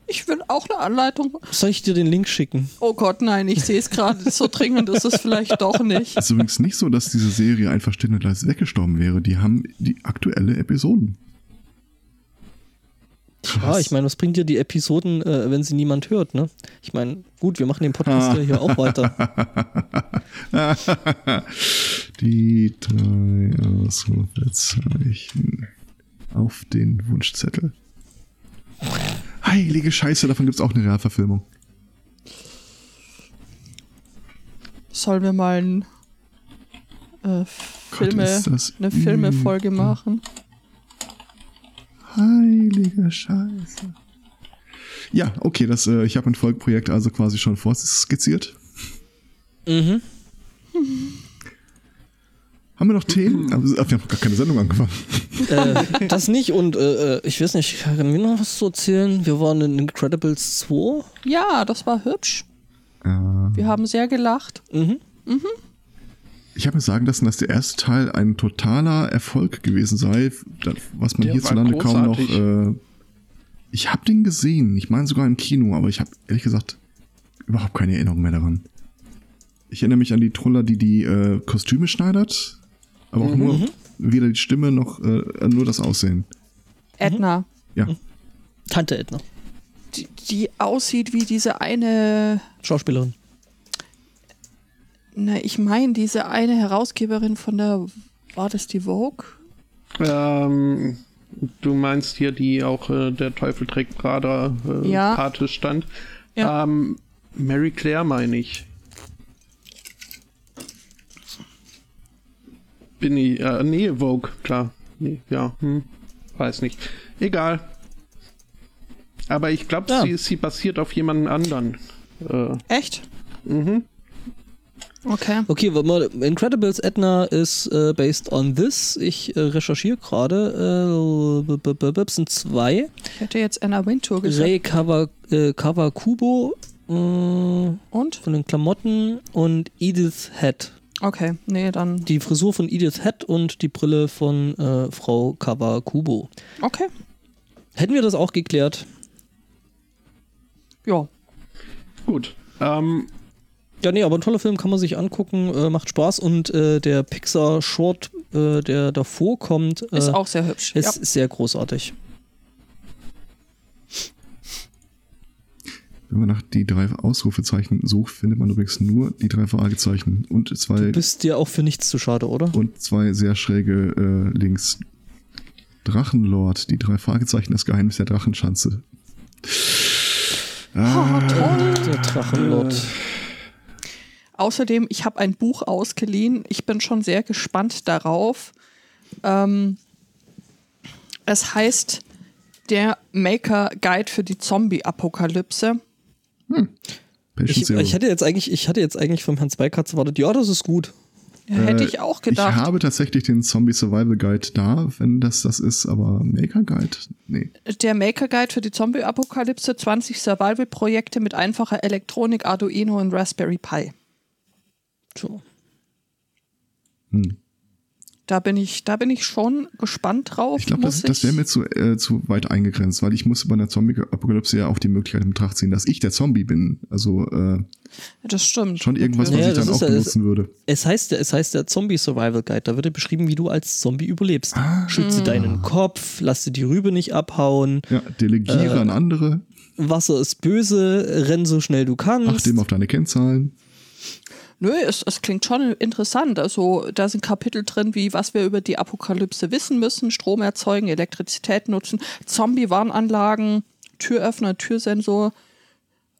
Ich will auch eine Anleitung.
Soll ich dir den Link schicken?
Oh Gott, nein, ich sehe es gerade. So dringend ist es vielleicht doch nicht.
Es ist übrigens nicht so, dass diese Serie einfach still und leise weggestorben wäre. Die haben die aktuelle Episoden.
Ja, Ah, ich meine, was bringt dir die Episoden, äh, wenn sie niemand hört, ne? Ich meine, gut, wir machen den
Ah.
Podcast ja hier auch weiter.
Die drei Ausrufezeichen auf den Wunschzettel. Heilige Scheiße, davon gibt es auch eine Realverfilmung.
Sollen wir mal ein, äh, Filme,
ist das
eine Filmefolge
übel.
machen?
Heilige Scheiße. Ja, okay, das, äh, ich habe ein Folgeprojekt also quasi schon vorskizziert.
mhm.
Haben wir noch Themen? Aber wir haben noch gar keine Sendung angefangen.
äh, das nicht und äh, äh, ich weiß nicht, kann mir noch was zu erzählen? Wir waren in Incredibles 2.
Ja, das war hübsch.
Äh,
Wir haben sehr gelacht.
Mhm.
ich habe mir sagen lassen, dass der erste Teil ein totaler Erfolg gewesen sei, da- was man
Der
hierzulande
war
kaum noch.
großartig.
Äh, ich habe den gesehen, ich meine sogar im Kino, aber ich habe ehrlich gesagt überhaupt keine Erinnerung mehr daran. Ich erinnere mich an die Troller, die die äh, Kostüme schneidert, aber
Mhm.
auch nur weder die Stimme noch äh, nur das Aussehen.
Edna,
Ja,
Tante Edna,
die, die aussieht wie diese eine,
Schauspielerin.
na, ich meine, diese eine Herausgeberin von der, war das die Vogue?
Ähm, du meinst hier die auch äh, der Teufel trägt Prada äh,
Ja.
Pate stand.
Ja.
Ähm, Mary Claire meine ich. Bin ich, äh, nee, Vogue, klar. Nee, ja, hm, weiß nicht. Egal. Aber ich glaube,
Ja.
sie, sie basiert auf jemanden anderen. Äh,
Echt? Mhm. Okay.
Okay, warte mal, Incredibles Edna ist äh, based on this. Ich äh, recherchiere gerade. Äh, b- b- b- b- sind zwei.
Ich hätte jetzt Anna Wintour gesagt.
Rei Kawa, äh, Kawakubo äh,
Und?
von den Klamotten und Edith Head.
Okay, nee, dann.
Die Frisur von Edith Head und die Brille von äh, Frau Kawakubo.
Okay.
Hätten wir das auch geklärt?
Ja.
gut. Ähm,
Ja, nee, aber ein toller Film kann man sich angucken, äh, macht Spaß und äh, der Pixar Short, äh, der davor kommt, äh,
Ist auch sehr hübsch.
ist
ja.
sehr großartig.
wenn man nach die drei Ausrufezeichen sucht, findet man übrigens nur die drei Fragezeichen und zwei
Du bist dir auch für nichts zu schade, oder?
und zwei sehr schräge äh, Links. Drachenlord, die drei Fragezeichen, das Geheimnis der Drachenschanze.
Der Drachenlord.
Außerdem, ich habe ein Buch ausgeliehen. Ich bin schon sehr gespannt darauf. Ähm, es heißt der Maker-Guide für die Zombie-Apokalypse.
Patient
Ich,
Zero.
ich, hatte jetzt eigentlich, ich hatte jetzt eigentlich vom Herrn Zweikatz erwartet, ja, das ist gut.
Hätte
Äh,
ich auch
Ich
gedacht.
habe tatsächlich den Zombie Survival Guide da, wenn das das ist, aber Maker Guide? Nee.
der Maker-Guide für die Zombie-Apokalypse, 20 Survival-Projekte mit einfacher Elektronik, Arduino und Raspberry Pi.
Tja.
Hm.
Da bin ich, da bin ich schon gespannt drauf.
Ich glaube, das,
muss
das wäre mir zu, äh, zu weit eingegrenzt, weil ich muss bei einer Zombie-Apokalypse ja auch die Möglichkeit in Betracht ziehen, dass ich der Zombie bin. Also äh,
Das stimmt.
schon irgendwas, was
Ja,
ich
das
dann
ist
auch
ja- das-
benutzen würde.
Es heißt, ja- es heißt der Zombie Survival Guide. Da wird ja beschrieben, wie du als Zombie überlebst. Schütze
Mhm.
deinen Kopf, lasse die Rübe nicht abhauen,
Ja,
Äh,
delegiere an andere,
Wasser ist böse, renn so schnell du kannst.
achte immer auf deine Kennzahlen.
Nö, es, es klingt schon interessant. Also, da sind Kapitel drin, wie was wir über die Apokalypse wissen müssen: Strom erzeugen, Elektrizität nutzen, Zombie-Warnanlagen, Türöffner, Türsensor.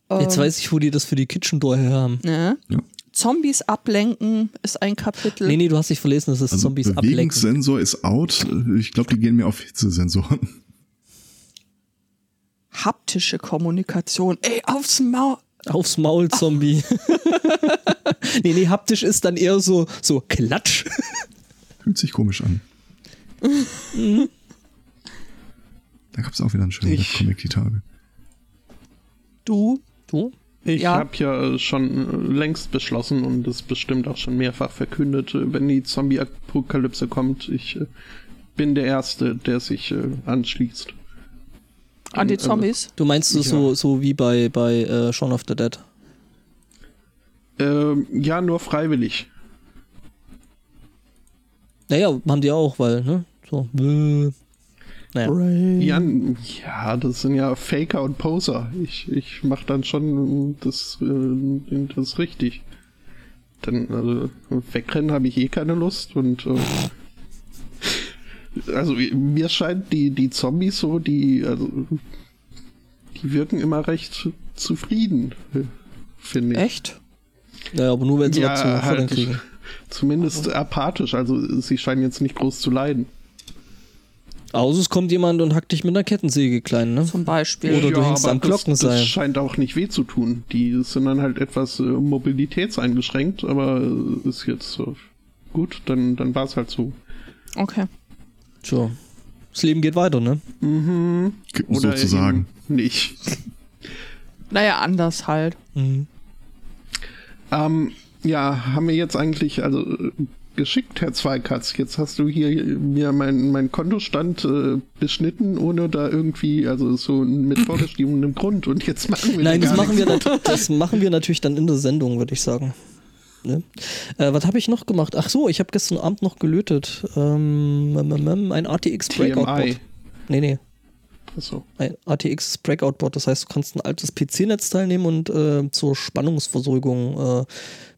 ähm,
Jetzt weiß ich, wo die das für die Kitchen Door her haben.
Ne?
Ja.
Zombies ablenken ist ein Kapitel.
Nee, nee, du hast dich verlesen, das ist
Also
Zombies ablenken.
Bewegungssensor ist out. Ich glaube, die gehen mir auf Hitzesensoren.
Haptische Kommunikation. Ey, aufs Maul.
Aufs Maul, Zombie. nee, nee, haptisch ist dann eher so, so Klatsch.
Fühlt sich komisch an. da gab es auch wieder einen schönen
Ich-
Webcomic die Tage.
Du.
Du?
Ich
Ja.
habe ja äh, schon äh, längst beschlossen und das bestimmt auch schon mehrfach verkündet, äh, wenn die Zombie-Apokalypse kommt, ich äh, bin der Erste, der sich äh, anschließt.
An die
Ähm,
Zombies.
Du meinst du so, so wie bei, bei äh, Shaun of the Dead.
Ähm, ja, nur freiwillig.
Naja, haben die auch, weil, ne? So. bäh. Naja. Hm.
Jan, ja, das sind ja Faker und Poser. Ich, ich mach dann schon das, äh, das richtig. Dann, also, wegrennen habe ich eh keine Lust und. Äh, also, mir scheint die, die Zombies so, die. Also, die wirken immer recht zufrieden, finde ich.
Echt?
naja, aber nur wenn sie
Ja,
was zu halt.
halt.
kriegen.
Zumindest apathisch, also sie scheinen jetzt nicht groß zu leiden.
Außer es kommt jemand und hackt dich mit einer Kettensäge klein, ne?
Zum Beispiel.
Oder- du hängst
aber
am
Das,
Glockenseil.
das scheint auch nicht weh zu tun. Die sind dann halt etwas äh, mobilitätseingeschränkt, aber äh, ist jetzt äh, gut, dann, dann war es halt so.
Okay.
Tja. Das Leben geht weiter, ne?
Gibt es
Oder
sozusagen.
eben nicht.
Naja, anders halt.
Mhm.
Ähm, ja, haben wir jetzt eigentlich, also äh, geschickt, Herr Zweikatz, jetzt hast du hier mir mein, mein Kontostand äh, beschnitten, ohne da irgendwie, also so mit vorgeschriebenem Grund und jetzt machen wir
Nein,
gar
das machen, wir
nichts.
nat- das machen wir natürlich dann in der Sendung, würde ich sagen. Ne? Äh, was habe ich noch gemacht? Ach so, ich habe gestern Abend noch gelötet. Ähm, mm, mm, mm, ein ATX
TMI.
Breakout-Bot. Nee, nee.
Achso.
Ein ATX Breakout-Bot. Das heißt, du kannst ein altes PC-Netzteil nehmen und äh, zur Spannungsversorgung äh,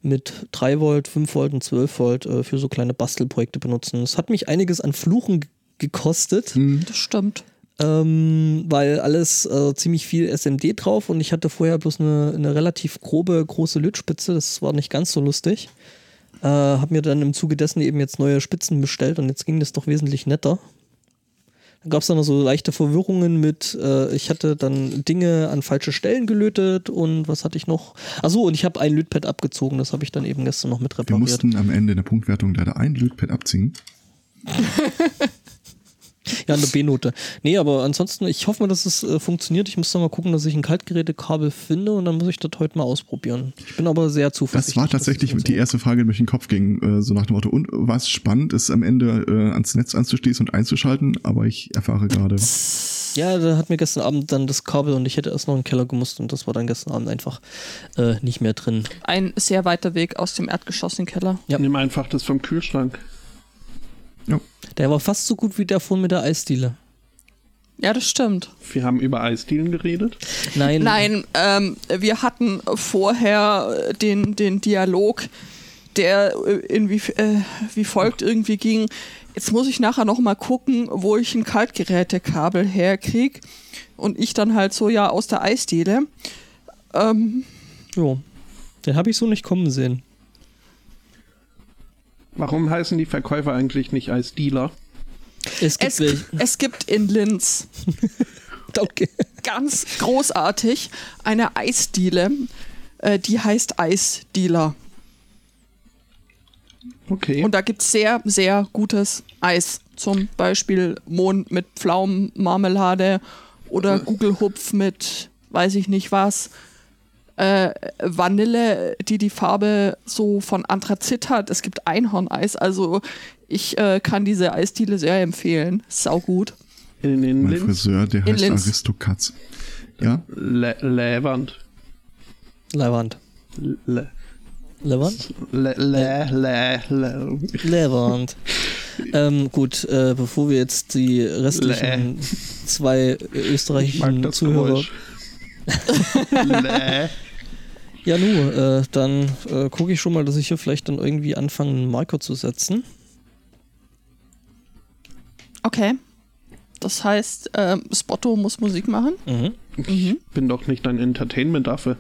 mit 3 Volt, 5 Volt und 12 Volt äh, für so kleine Bastelprojekte benutzen. Das hat mich einiges an Fluchen g- gekostet.
Hm.
Das stimmt.
ähm, weil alles äh, ziemlich viel SMD drauf und ich hatte vorher bloß eine, eine relativ grobe, große Lötspitze, das war nicht ganz so lustig. Äh, hab mir dann im Zuge dessen eben jetzt neue Spitzen bestellt und jetzt ging das doch wesentlich netter. Dann gab es dann noch so leichte Verwirrungen mit, äh, ich hatte dann Dinge an falsche Stellen gelötet und was hatte ich noch? Achso, und ich habe ein Lötpad abgezogen, das habe ich dann eben gestern noch mit
Wir
repariert.
mussten am Ende in der Punktwertung leider ein Lötpad abziehen.
Ja, eine B-Note. Nee, aber ansonsten, ich hoffe mal, dass es äh, funktioniert. Ich muss da mal gucken, dass ich ein Kaltgerätekabel finde und dann muss ich das heute mal ausprobieren. Ich bin aber sehr
Das
zuversichtlich.
war
dass
tatsächlich
es
die erste Frage, die mir durch den Kopf ging. Äh, so nach dem Motto, und was spannend ist, am Ende äh, ans Netz anzuschließen und einzuschalten, aber ich erfahre gerade.
funktioniert. Ja, da hat mir gestern Abend dann das Kabel und ich hätte erst noch in den Keller gemusst und das war dann gestern Abend einfach äh, nicht mehr drin.
Ein sehr weiter Weg aus dem Erdgeschoss in den Keller.
Ja.
Nimm einfach das vom Kühlschrank.
Ja,
Der war fast so gut wie der vorhin mit der Eisdiele.
Ja, das stimmt.
Wir haben über Eisdielen geredet.
Nein.
Nein, ähm, wir hatten vorher äh, den, den Dialog, der äh, inwie, äh, wie folgt irgendwie ging. Jetzt muss ich nachher noch mal gucken, wo ich ein Kaltgerätekabel herkrieg. Und ich dann halt so, ja, aus der Eisdiele. Ähm,
Jo. Den habe ich so nicht kommen sehen.
Warum heißen die Verkäufer eigentlich nicht Eisdealer?
Es gibt
Es,
welche.
es gibt in Linz
Okay.
ganz großartig eine Eisdiele, äh, die heißt Eisdealer.
Okay.
Und da gibt es sehr, sehr gutes Eis. Zum Beispiel Mohn mit Pflaumenmarmelade oder Gugelhupf mit weiß ich nicht was. Äh, Vanille, die die Farbe so von Anthrazit hat. Es gibt Einhorneis. Also ich äh, kann diese Eisdiele sehr empfehlen. Sau gut.
in in
Mein
Linz.
Friseur, der
In
heißt
Linz.
Aristokatz. Ja,
Le Levant.
Levant.
Le
Levant?
Le Le Le Le.
Levant. ähm, gut, äh, bevor wir jetzt die restlichen zwei äh,
Ich mag
österreichischen
das
Zuhörer.
Geräusch. Le.
Ja, nur, äh, dann äh, gucke ich schon mal, dass ich hier vielleicht dann irgendwie anfange, einen Marker zu setzen.
Okay. Das heißt, ähm, Spotto muss Musik machen.
Mhm.
Ich bin doch nicht dein Entertainment-Affe.